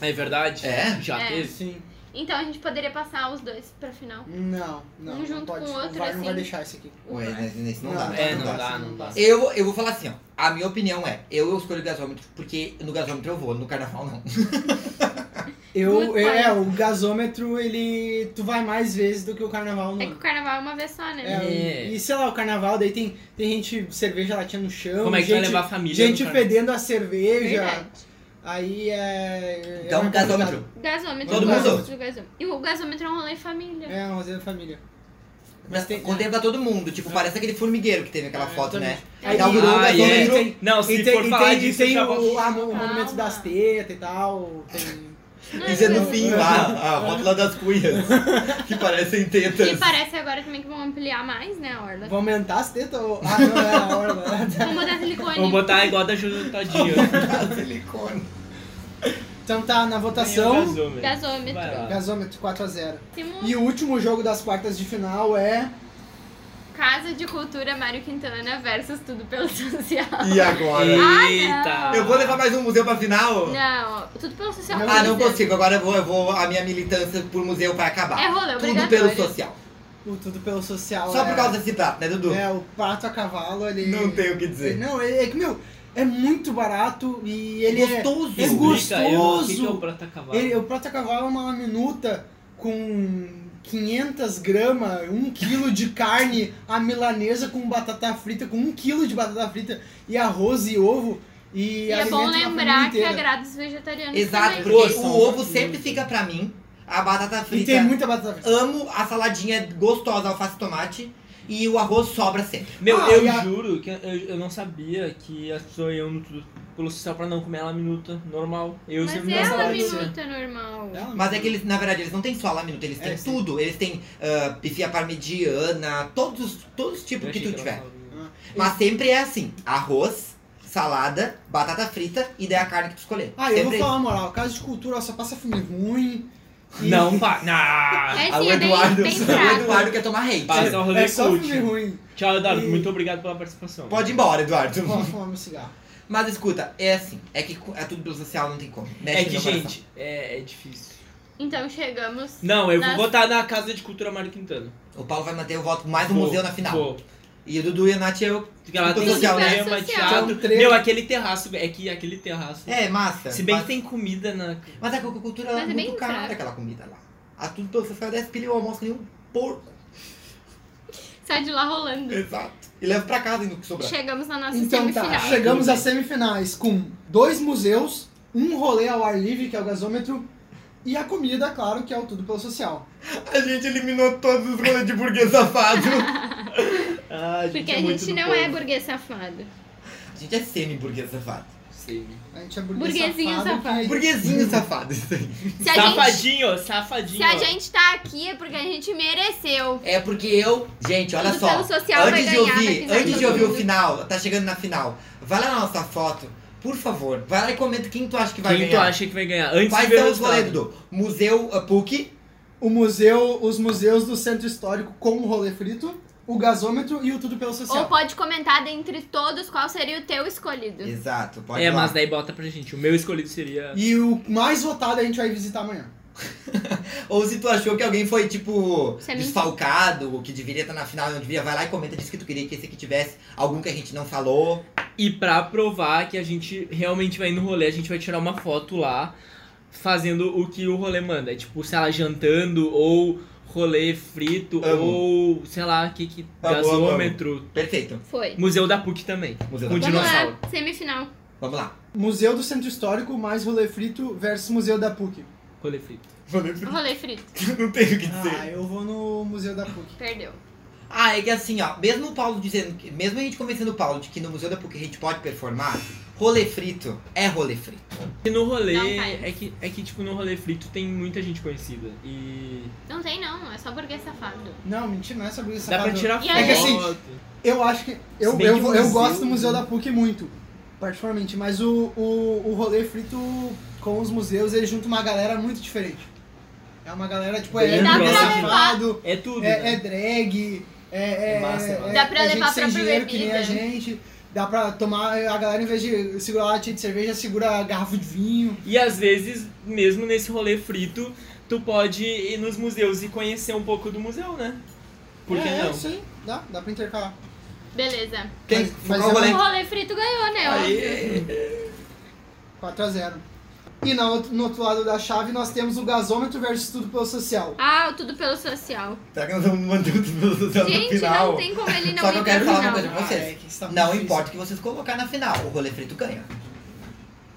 S3: É verdade?
S2: É?
S3: Já
S1: É.
S3: teve?
S4: Sim.
S1: Então a gente poderia passar os dois pra final.
S4: Não, não.
S1: Um junto
S4: não pode.
S1: com o outro,
S4: o VAR não vai
S1: assim.
S4: deixar esse aqui.
S2: Ué, mas nesse não, dá.
S3: É,
S2: né?
S3: não dá.
S2: Eu, eu vou falar assim, ó. A minha opinião é, eu escolho o gasômetro porque no gasômetro eu vou, no carnaval
S4: [laughs]
S2: não.
S4: Eu,
S1: Good
S4: eu- é,
S1: point.
S4: o gasômetro, ele. Tu vai mais vezes do que o carnaval, não.
S1: É que o carnaval é uma vez só, né?
S4: É,
S3: É.
S4: E sei lá, o carnaval, daí tem, tem gente cerveja latinha no chão.
S3: Como é que
S4: gente,
S3: vai levar a família?
S4: Gente
S3: no carnaval?
S4: fedendo a cerveja.
S1: Verdade.
S4: Aí é.
S3: um
S4: é
S2: Então,
S4: mais
S2: gasômetro.
S1: Gasômetro.
S2: Todo
S1: eu
S2: mundo?
S1: gosto do gasômetro. E o gasômetro é um rolê em família.
S4: É, um rosinha da família.
S2: Mas tem, contempla todo mundo, tipo, parece aquele formigueiro que teve aquela
S4: Uhum. É,
S2: foto, né?
S4: Aí
S2: Dá um
S4: tem-
S2: grupo,
S3: ah,
S2: gasômetro.
S3: é.
S4: tem-
S3: Não, se
S4: E tem,
S3: for
S4: e
S3: falar
S4: tem,
S3: disso,
S4: e tem
S3: eu já vou...
S4: o, ah, o monumento
S1: Calma.
S4: das tetas e tal. tem-
S1: Não
S2: Isso é no
S1: gasômetro.
S2: fim
S4: Uhum.
S2: lá, a rótula das
S4: [laughs]
S2: cunhas, que parecem
S1: E
S2: tetas.
S1: parece agora também que vão ampliar mais, né, a Orla?
S4: Vou aumentar as tetas ou. Ah, não, é a orla.
S1: Vamos botar silicone.
S3: Vou botar igual a da Júlia Tadinho.
S2: Ah, silicone.
S4: Então tá na
S3: Tem o
S4: votação.
S3: gasômetro. Vai
S1: Gasômetro.
S3: lá.
S4: Gasômetro 4x0.
S1: Próximo,
S4: E o último jogo das quartas de final é.
S1: Casa de Cultura Mário Quintana versus Tudo Pelo [laughs] Social.
S2: E
S1: Ah,
S2: agora?
S3: Eita!
S2: Eu vou levar mais um museu pra final?
S1: Não, Tudo Pelo Social.
S2: Ah, não
S1: quer dizer.
S2: consigo. Agora eu vou, eu vou a minha militância por museu vai acabar.
S1: É rolê
S2: Tudo
S1: obrigatório.
S2: pelo social.
S4: O Tudo pelo Social.
S2: Só
S4: é-
S2: por causa desse prato, né, Dudu?
S4: É, o pato a cavalo, ele.
S2: Não tem o que dizer.
S4: Não, é, é que, meu, é muito barato e ele
S2: gostoso.
S4: é
S3: Explica aí, o que que é o
S4: gostoso.
S3: prata
S4: é.
S3: cavalo?
S4: Ele, o prato a cavalo é uma minuta com 500 gramas, 1 quilo de carne, a milanesa com batata frita, com 1 quilo de batata frita e arroz e ovo. E,
S1: E é bom
S4: alimenta uma família
S1: lembrar que
S4: inteira.
S1: agrada os vegetarianos
S2: Exato,
S1: também. um
S2: porque
S3: Nossa,
S2: o ovo
S3: maravilhoso.
S2: sempre fica pra mim. A batata
S4: E
S2: frita.
S4: tem muita batata frita.
S2: Amo a saladinha é gostosa, alface e tomate. E o arroz sobra sempre.
S3: Meu,
S4: Ah, e
S3: eu
S4: a-
S3: juro que eu, eu não sabia que as pessoas iam no tudo pelo social pra não comer ela minuta, normal. Eu
S1: Mas
S3: sempre
S1: é
S3: gostava
S1: uma
S4: salário,
S3: disso.
S1: minuta normal.
S2: Mas é que eles, na verdade, eles não têm só a minuta, eles têm
S4: É, sim.
S2: tudo. Eles têm ah, pifia parmegiana, todos, todos os
S3: Eu
S2: tipos que
S3: achei
S2: tu
S3: ela
S2: tiver.
S3: falava minuta.
S2: Mas sempre é assim: arroz, salada, batata frita e daí a carne que tu escolher.
S4: Ah, eu
S2: sempre
S4: vou
S2: é
S4: falar a moral, casa de cultura só passa filme ruim. e-
S3: Não, pá, não.
S1: É
S2: Ah, o
S1: sim, é bem,
S2: Eduardo,
S1: bem
S2: o
S1: fraco.
S2: Eduardo quer tomar hate.
S3: Passa um rolê
S4: [laughs] É só
S3: cult.
S4: filme ruim.
S3: Tchau, Eduardo.
S4: E-
S3: Muito obrigado pela participação.
S2: Pode ir embora, Eduardo.
S4: Vou fumar meu um cigarro.
S2: Mas escuta, é assim, é que cu- é tudo pelo social, não tem como. Mexe
S3: É que,
S2: no coração.
S3: gente, é, é difícil.
S1: Então chegamos.
S3: Não, eu
S1: Nas-
S3: vou votar na Casa de Cultura Mário Quintana.
S2: O Paulo vai manter o voto por mais um
S3: Vou,
S2: museu na final.
S3: Vou.
S2: E o Dudu e a Nath eu.
S3: Porque ela
S2: Tudo
S3: tem
S2: social, né?
S3: cinema,
S1: é Social.
S3: teatro.
S4: Tem um trevo.
S3: Meu, aquele terraço. É que aquele terraço.
S2: É, massa.
S3: Se bem
S2: mas,
S3: que tem comida na.
S2: Mas a cultura
S1: Mas
S2: é
S1: é
S2: muito
S1: bem
S2: cara
S1: fraco.
S2: aquela comida lá. A tudo pelo social 10 pilha e o almoço nenhum porco.
S1: Sai de lá rolando.
S2: Exato. E leva pra casa ainda o que sobrar.
S1: Chegamos na nossa
S4: Então tá,
S1: semifinal.
S4: chegamos
S3: tudo
S4: às semifinais com dois museus, um rolê ao ar livre, que é o gasômetro, e a comida, claro, que é o tudo pelo social.
S2: A gente eliminou todos os rolês de burguês safado.
S1: [laughs]
S3: Ah,
S1: Porque a gente não é burguês safado.
S2: a gente é semi-burguês safado.
S4: A gente é burguês
S1: Burguesinho safado.
S4: que-
S2: É Burguesinho safado, isso aí.
S1: Se a, gente,
S3: Safadinho, safadinho.
S1: se a gente tá aqui é porque a gente mereceu.
S2: É porque eu, gente, olha
S1: Tudo
S2: só.
S1: pelo social vai
S2: antes de
S1: ganhar, vai
S2: ouvir,
S1: pisar em
S2: antes de
S1: todo
S2: ouvir o
S1: mundo.
S2: final, tá chegando na final. Vai lá na nossa foto, por favor. Vai lá e comenta quem tu acha que vai
S3: Quem tu
S2: ganhar.
S3: acha que vai ganhar? Antes de
S2: Quais
S3: ver o
S2: são os rolês,
S3: resultado.
S2: Dudu? Museu uh, PUC,
S4: O museu, os museus do centro histórico com o rolê frito. o gasômetro e o tudo pelo
S1: Ou
S4: social.
S1: pode comentar dentre todos qual seria o teu escolhido.
S2: Exato, pode
S3: É,
S2: ir lá.
S3: mas daí bota pra gente. O meu escolhido seria.
S4: E o mais votado a gente vai visitar amanhã.
S2: Ou se tu achou que alguém foi, tipo,
S1: Você me-
S2: desfalcado, ou que deveria estar na final e não devia, vai lá e comenta, diz que tu queria que esse aqui tivesse algum que a gente não falou.
S3: E pra provar que a gente realmente vai ir no rolê, a gente vai tirar uma foto lá fazendo o que o rolê manda. É tipo, sei lá, jantando ou rolê frito
S2: Amo.
S3: ou sei lá, que que
S2: Amo,
S3: gasômetro.
S2: Perfeito.
S1: Foi.
S3: Museu da PUC também.
S2: Museu da
S3: Com
S2: PUC.
S1: Vamos
S3: dinossauro.
S1: lá,
S2: [laughs]
S1: semifinal.
S2: Vamos lá.
S4: Museu do Centro Histórico mais rolê frito versus Museu da PUC.
S3: Rolê frito.
S1: Rolê frito.
S2: não tenho o que
S4: Ah, eu vou no Museu da PUC.
S1: Perdeu.
S2: Ah, é que assim, ó, mesmo o Paulo dizendo, que- mesmo a gente convencendo o Paulo de que no Museu da PUC a gente pode performar, rolê frito é rolê frito.
S3: E no
S1: Não, tá.
S3: rolê.
S1: pai.
S3: É que, é que, tipo, no rolê frito tem muita gente conhecida. E.
S1: Não tem não, é só burguês safado.
S4: Não, mentira, não é sobre isso.
S3: Dá pra tirar
S1: E
S3: foto.
S1: aí? É que
S4: assim, Eu acho que. Eu,
S3: Se bem
S4: eu,
S3: que o
S4: eu
S3: museu- né?
S4: gosto do Museu da PUC muito, particularmente, mas o, o, o rolê frito com os museus, ele junta uma galera muito diferente. É uma galera, tipo, é
S3: Bem
S1: Dá pra
S4: safado,
S3: É tudo.
S4: é,
S3: né?
S4: é drag, é. é,
S5: É massa, é massa.
S1: Dá pra
S4: é
S1: levar
S4: gente sem
S1: pra
S4: dinheiro, que nem a
S1: bebida.
S4: gente. Dá pra tomar. A galera, em vez de segurar a latinha de cerveja, segura a garrafa de vinho.
S3: E às vezes, mesmo nesse rolê frito, tu pode ir nos museus e conhecer um pouco do museu, né? Por que
S4: é,
S3: não?
S4: É, isso aí. Dá, dá pra intercalar.
S1: Beleza.
S2: Quem
S4: Mas- mas
S2: qual
S4: eu-
S2: rolê?
S1: O rolê frito ganhou, né? Óbvio.
S3: Aí,
S4: 4x0. E na out- no outro lado da chave nós temos o gasômetro versus tudo pelo social.
S1: Ah, o tudo pelo social.
S2: Será que nós vamos manter o Museu da PUC no
S1: Gente,
S2: final?
S1: não tem como ele não
S2: Só que
S1: ir
S2: eu quero
S1: pro
S2: falar
S1: final.
S2: uma coisa pra vocês.
S4: Ah, é que isso tá muito
S2: Não
S4: difícil.
S2: importa o que vocês colocar na final, o rolê frito ganha.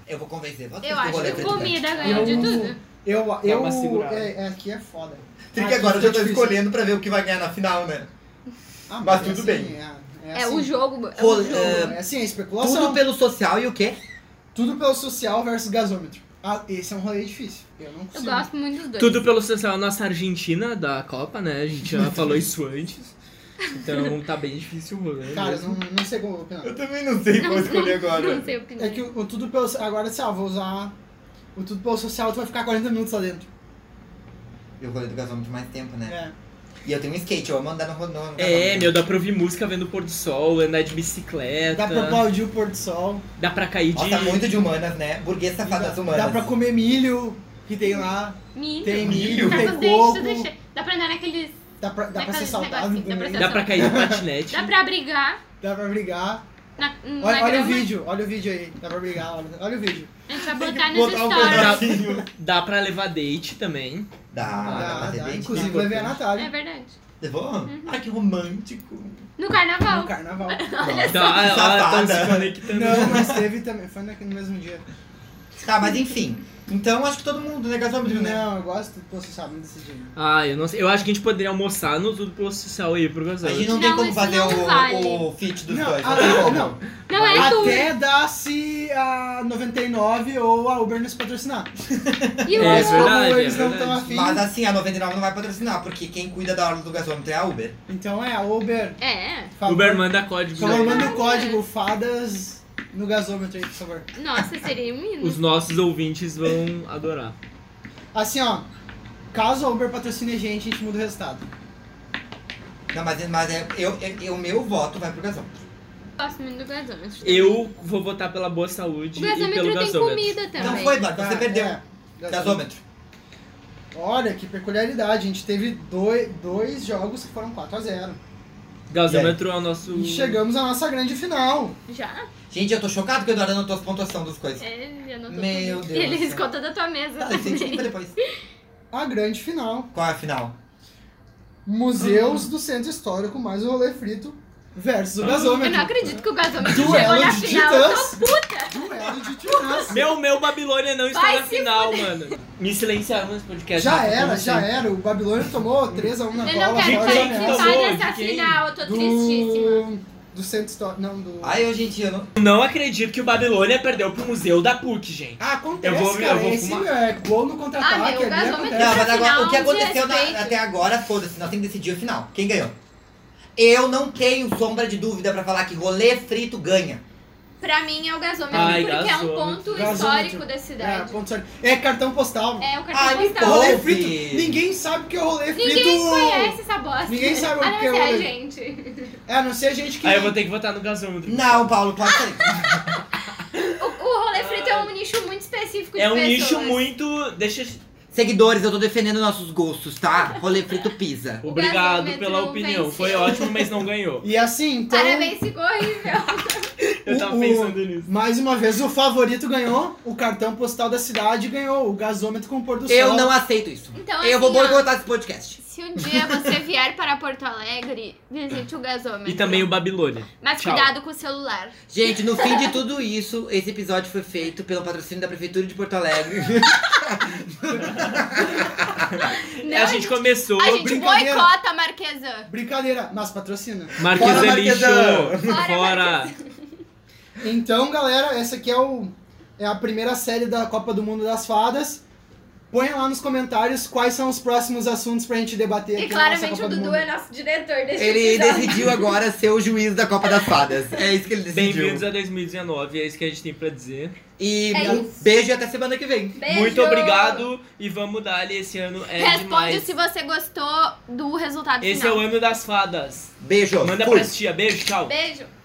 S2: Eu vou convencer vocês
S1: Eu
S2: que o
S1: acho
S2: rolê
S1: que
S2: frito ganha.
S1: comida ganhou de
S4: Eu-
S1: tudo.
S4: Eu, eu,
S3: uma segurada.
S4: é, é, aqui é foda.
S2: Tem
S4: Aqui
S2: que agora eu já
S4: fica
S2: tô
S4: difícil.
S2: escolhendo pra ver o que vai ganhar na final, né?
S4: Ah,
S2: mas
S4: é
S2: tudo
S4: assim,
S2: bem.
S4: É,
S1: É
S4: assim.
S1: o jogo. É o
S2: Rolê-
S1: jogo.
S4: É assim, é especulação.
S2: Tudo
S4: Tudo,
S2: pelo social e o quê?
S4: pelo social versus gasômetro. Ah, esse é um rolê difícil. Eu não
S1: Eu
S4: consigo.
S1: gosto muito dos dois.
S3: Tudo pelo social, nossa Argentina da Copa, né? A gente
S1: [laughs]
S3: já falou isso antes. Então tá bem difícil o rolê.
S4: Cara,
S3: mesmo.
S4: não, não sei como opinar.
S2: também não sei
S1: Não, [laughs] não, Não sei o que
S4: É que o, o tudo pelo. Agora, assim, ah, vou usar. O tudo pelo social, tu vai ficar 40 minutos lá dentro.
S2: E o rolê do gasômetro mais tempo, né?
S4: É.
S2: E eu tenho um skate, eu amo andar no rolê. no
S3: É,
S2: gasômetro.
S3: meu, dá pra ouvir música vendo o pôr do sol, andar de bicicleta.
S2: Então,
S4: Dá pra aplaudir o pôr do sol.
S3: dá pra cair de.
S2: Nossa, tá muito de humanas, né? Burguês safadas
S4: dá,
S2: humanas.
S4: dá pra comer milho que tem lá.
S1: Milho.
S4: Tem
S1: [laughs]
S2: Milho?
S4: milho,
S1: Tá
S4: tem
S1: com dente, tu
S4: coco.
S1: deixa- Dá pra andar naqueles.
S4: Dá pra, dá pra
S1: Naqueles
S4: ser saudável
S1: negocinhos, dá pra
S4: também.
S1: ser
S3: Dá pra cair de patinete.
S1: Dá pra brigar.
S4: Dá pra brigar.
S1: Na, na
S3: é
S4: Olha, olha o
S1: grama.
S4: vídeo, olha o vídeo aí. Dá pra brigar, olha, olha o vídeo.
S1: A gente vai botar
S2: Tem que
S1: nos
S2: botar um
S1: stories.
S2: pedacinho.
S3: Dá pra levar date também.
S2: Dá, dá,
S4: Ah, Dá,
S2: pra ser
S4: dá.
S2: bem
S4: Inclusive
S2: tímido.
S4: vai ver a
S1: É
S4: Natália
S1: verdade.
S2: Eu vou? Ai, que romântico.
S1: No
S4: no
S1: carnaval.
S4: [laughs] carnaval.
S3: Dá, ela tá
S2: safada.
S3: se conectando.
S4: Não, mas teve também, foi naquele no mesmo dia.
S2: Tá, mas enfim. Então acho que todo mundo, né, gasômetro, né?
S4: Não, eu gosto, pô, você sabe, não decidi.
S3: Ah, eu não sei. Eu acho que a gente poderia almoçar no tudo pelo social aí pro
S2: A gente
S3: gasômetro.
S2: não, tem
S1: Não,
S2: como
S1: isso
S2: fazer
S1: não
S2: o,
S1: vale.
S2: o fit dos
S4: Não,
S2: dois.
S4: ah,
S2: não tem
S4: não,
S2: como.
S4: não.
S1: Não
S3: Ah,
S1: é tu.
S4: Até dá se a 99 ou a Uber nos patrocinar.
S1: E o
S3: É
S4: Mas como
S3: verdade,
S4: eles
S3: é
S4: não
S3: verdade.
S4: estão afim,
S2: Mas assim, a 99 não vai patrocinar, porque quem cuida da hora do gasômetro é a Uber.
S4: então é a Uber.
S1: É.
S4: por favor.
S3: Uber manda código. né?
S4: Só manda
S1: Verdade.
S4: o código fadas no gasômetro aí, por favor.
S1: Nossa, seria um hino.
S3: Os nossos ouvintes vão adorar.
S4: Assim, ó, caso a Uber patrocine a gente, a gente muda o resultado.
S2: Não, mas, mas é, eu, eu- eu- o meu voto vai pro gasômetro.
S1: Eu gosto muito do gasômetro.
S3: Eu vou votar pela boa
S1: O
S3: saúde e
S1: gasômetro
S3: pelo né?
S1: tem
S3: gasômetro.
S1: comida também.
S2: Então foi, Eduardo, você
S4: Tá,
S2: perdeu.
S4: é,
S2: Gasômetro.
S4: Olha, que peculiaridade. A gente teve dois, dois jogos que foram 4x0.
S3: Gasômetro é o nosso.
S1: Hum.
S4: E chegamos à nossa grande final.
S1: Já?
S2: Gente, eu tô chocado que o Eduardo anotou as pontuações das coisas.
S1: É, já notou
S2: Meu
S1: tudo.
S2: Deus
S1: Ele
S2: do céu.
S1: escuta da tua mesa.
S2: Tá, eu senti pra depois.
S4: A grande final.
S2: Qual é a final?
S1: Hum.
S4: Museus do Centro Histórico mais o rolê frito versus o
S1: Ah. Eu
S4: gasômetro.
S1: não acredito que o gasômetro chegou
S4: Duelo
S1: na
S4: de
S1: final. Eu tô
S4: titãs. Duelo
S1: [laughs]
S4: de titãs.
S3: Meu, meu Babilônia não está
S1: Vai
S3: na
S1: se
S3: final, mano. Me silenciaram nesse podcast.
S4: Já
S3: né?
S4: era,
S3: Como
S4: já
S3: sempre.
S4: era. O Babilônia tomou 3x1 na
S1: tá assim. Eu não
S4: cola.
S1: quero
S4: fora
S3: quem
S4: da
S3: que
S4: ameaça.
S1: participar
S3: tomou?
S1: dessa
S3: De quem?
S1: final, eu tô tristíssima.
S4: Do... do Centro Histórico. Não, do...
S2: Ai, eu, gente, eu não.
S3: Não acredito que o Babilônia perdeu pro museu da PUC, gente.
S4: Ah, acontece,
S3: Eu vou- eu
S4: cara.
S3: vou
S4: Esse
S3: fumar.
S4: é gol no
S1: Ah, meu,
S4: contra-ataque.
S1: o
S4: ali
S1: gasômetro
S4: acontece.
S2: Não, mas agora
S1: final,
S2: o que aconteceu na-
S1: desrespeito.
S2: até agora, foda-se, nós temos que decidir o final. Quem ganhou? Eu não tenho sombra de dúvida pra falar que rolê frito ganha.
S1: Pra mim é o gasômetro,
S3: Ai, né?
S1: porque é um
S3: gasômetro.
S1: ponto
S4: Gasômetro.
S1: histórico da
S4: É,
S1: cidade.
S4: ponto certo. É cartão postal.
S1: É, o cartão
S2: Ai, me
S1: postal.
S2: poupe.
S4: Rolê frito. Ninguém sabe que é rolê frito.
S1: Ninguém conhece essa bosta.
S4: Ninguém sabe o
S1: a não
S4: que é
S1: ser a
S4: rolê.
S1: gente.
S4: É, a não ser a gente que.
S3: Aí eu vou ter que votar no gasômetro.
S2: Não, Paulo, pode sair.
S1: [laughs] O, o rolê frito é um nicho muito específico de
S3: É um
S1: pessoas.
S3: nicho muito. Deixa.
S2: Seguidores, eu tô defendendo nossos gostos, tá? Rolê frito pisa.
S3: Obrigado
S1: gasômetro
S3: pela
S1: não
S3: opinião.
S1: venceu.
S3: Foi ótimo, mas não
S4: [laughs]
S3: ganhou.
S4: E assim, então.
S1: Parabéns, ficou horrível.
S3: Eu tava
S4: O- o-
S3: pensando nisso.
S4: Mais uma vez, o favorito ganhou, o cartão postal da cidade ganhou, o gasômetro com o pôr do sol.
S2: Eu não aceito isso.
S1: Então,
S2: Eu vou
S1: assim, ó,
S2: boicotar esse podcast.
S1: Se um dia
S4: [laughs]
S1: você vier para Porto Alegre, visite o gasômetro.
S3: E também o Babilônia.
S1: Mas
S3: Tchau.
S1: cuidado com o celular.
S2: Gente, no fim de tudo isso, esse episódio foi feito pelo patrocínio da Prefeitura de Porto Alegre.
S1: Não,
S3: É, a gente começou.
S1: a gente
S4: brincadeira.
S1: boicota a Marquesã.
S4: Brincadeira, mas patrocina.
S3: Marquesa
S2: Fora,
S3: é lixo.
S1: Fora,
S3: Fora.
S4: Então, galera, essa aqui é, o, é a primeira série da Copa do Mundo das Fadas. Põe lá nos comentários quais são os próximos assuntos pra gente debater
S1: E
S4: aqui na nossa
S1: claramente
S4: Copa
S1: o
S4: do
S1: Dudu
S4: Mundo.
S1: é nosso diretor desse
S2: Ele
S1: episódio.
S2: decidiu agora ser o juiz da Copa das Fadas. É isso que ele decidiu.
S3: Bem-vindos a 2019, é isso que a gente tem pra dizer.
S2: E
S1: É
S2: um
S1: isso.
S2: beijo e até semana que vem.
S1: Beijo.
S3: Muito obrigado e vamos dar ali esse ano é
S1: Responde
S3: demais.
S1: se você tá gostou do resultado
S3: Esse é
S1: final.
S3: o ano das fadas.
S2: Beijo.
S3: Manda
S2: Fui.
S3: pra tia, beijo, tchau.
S1: Beijo.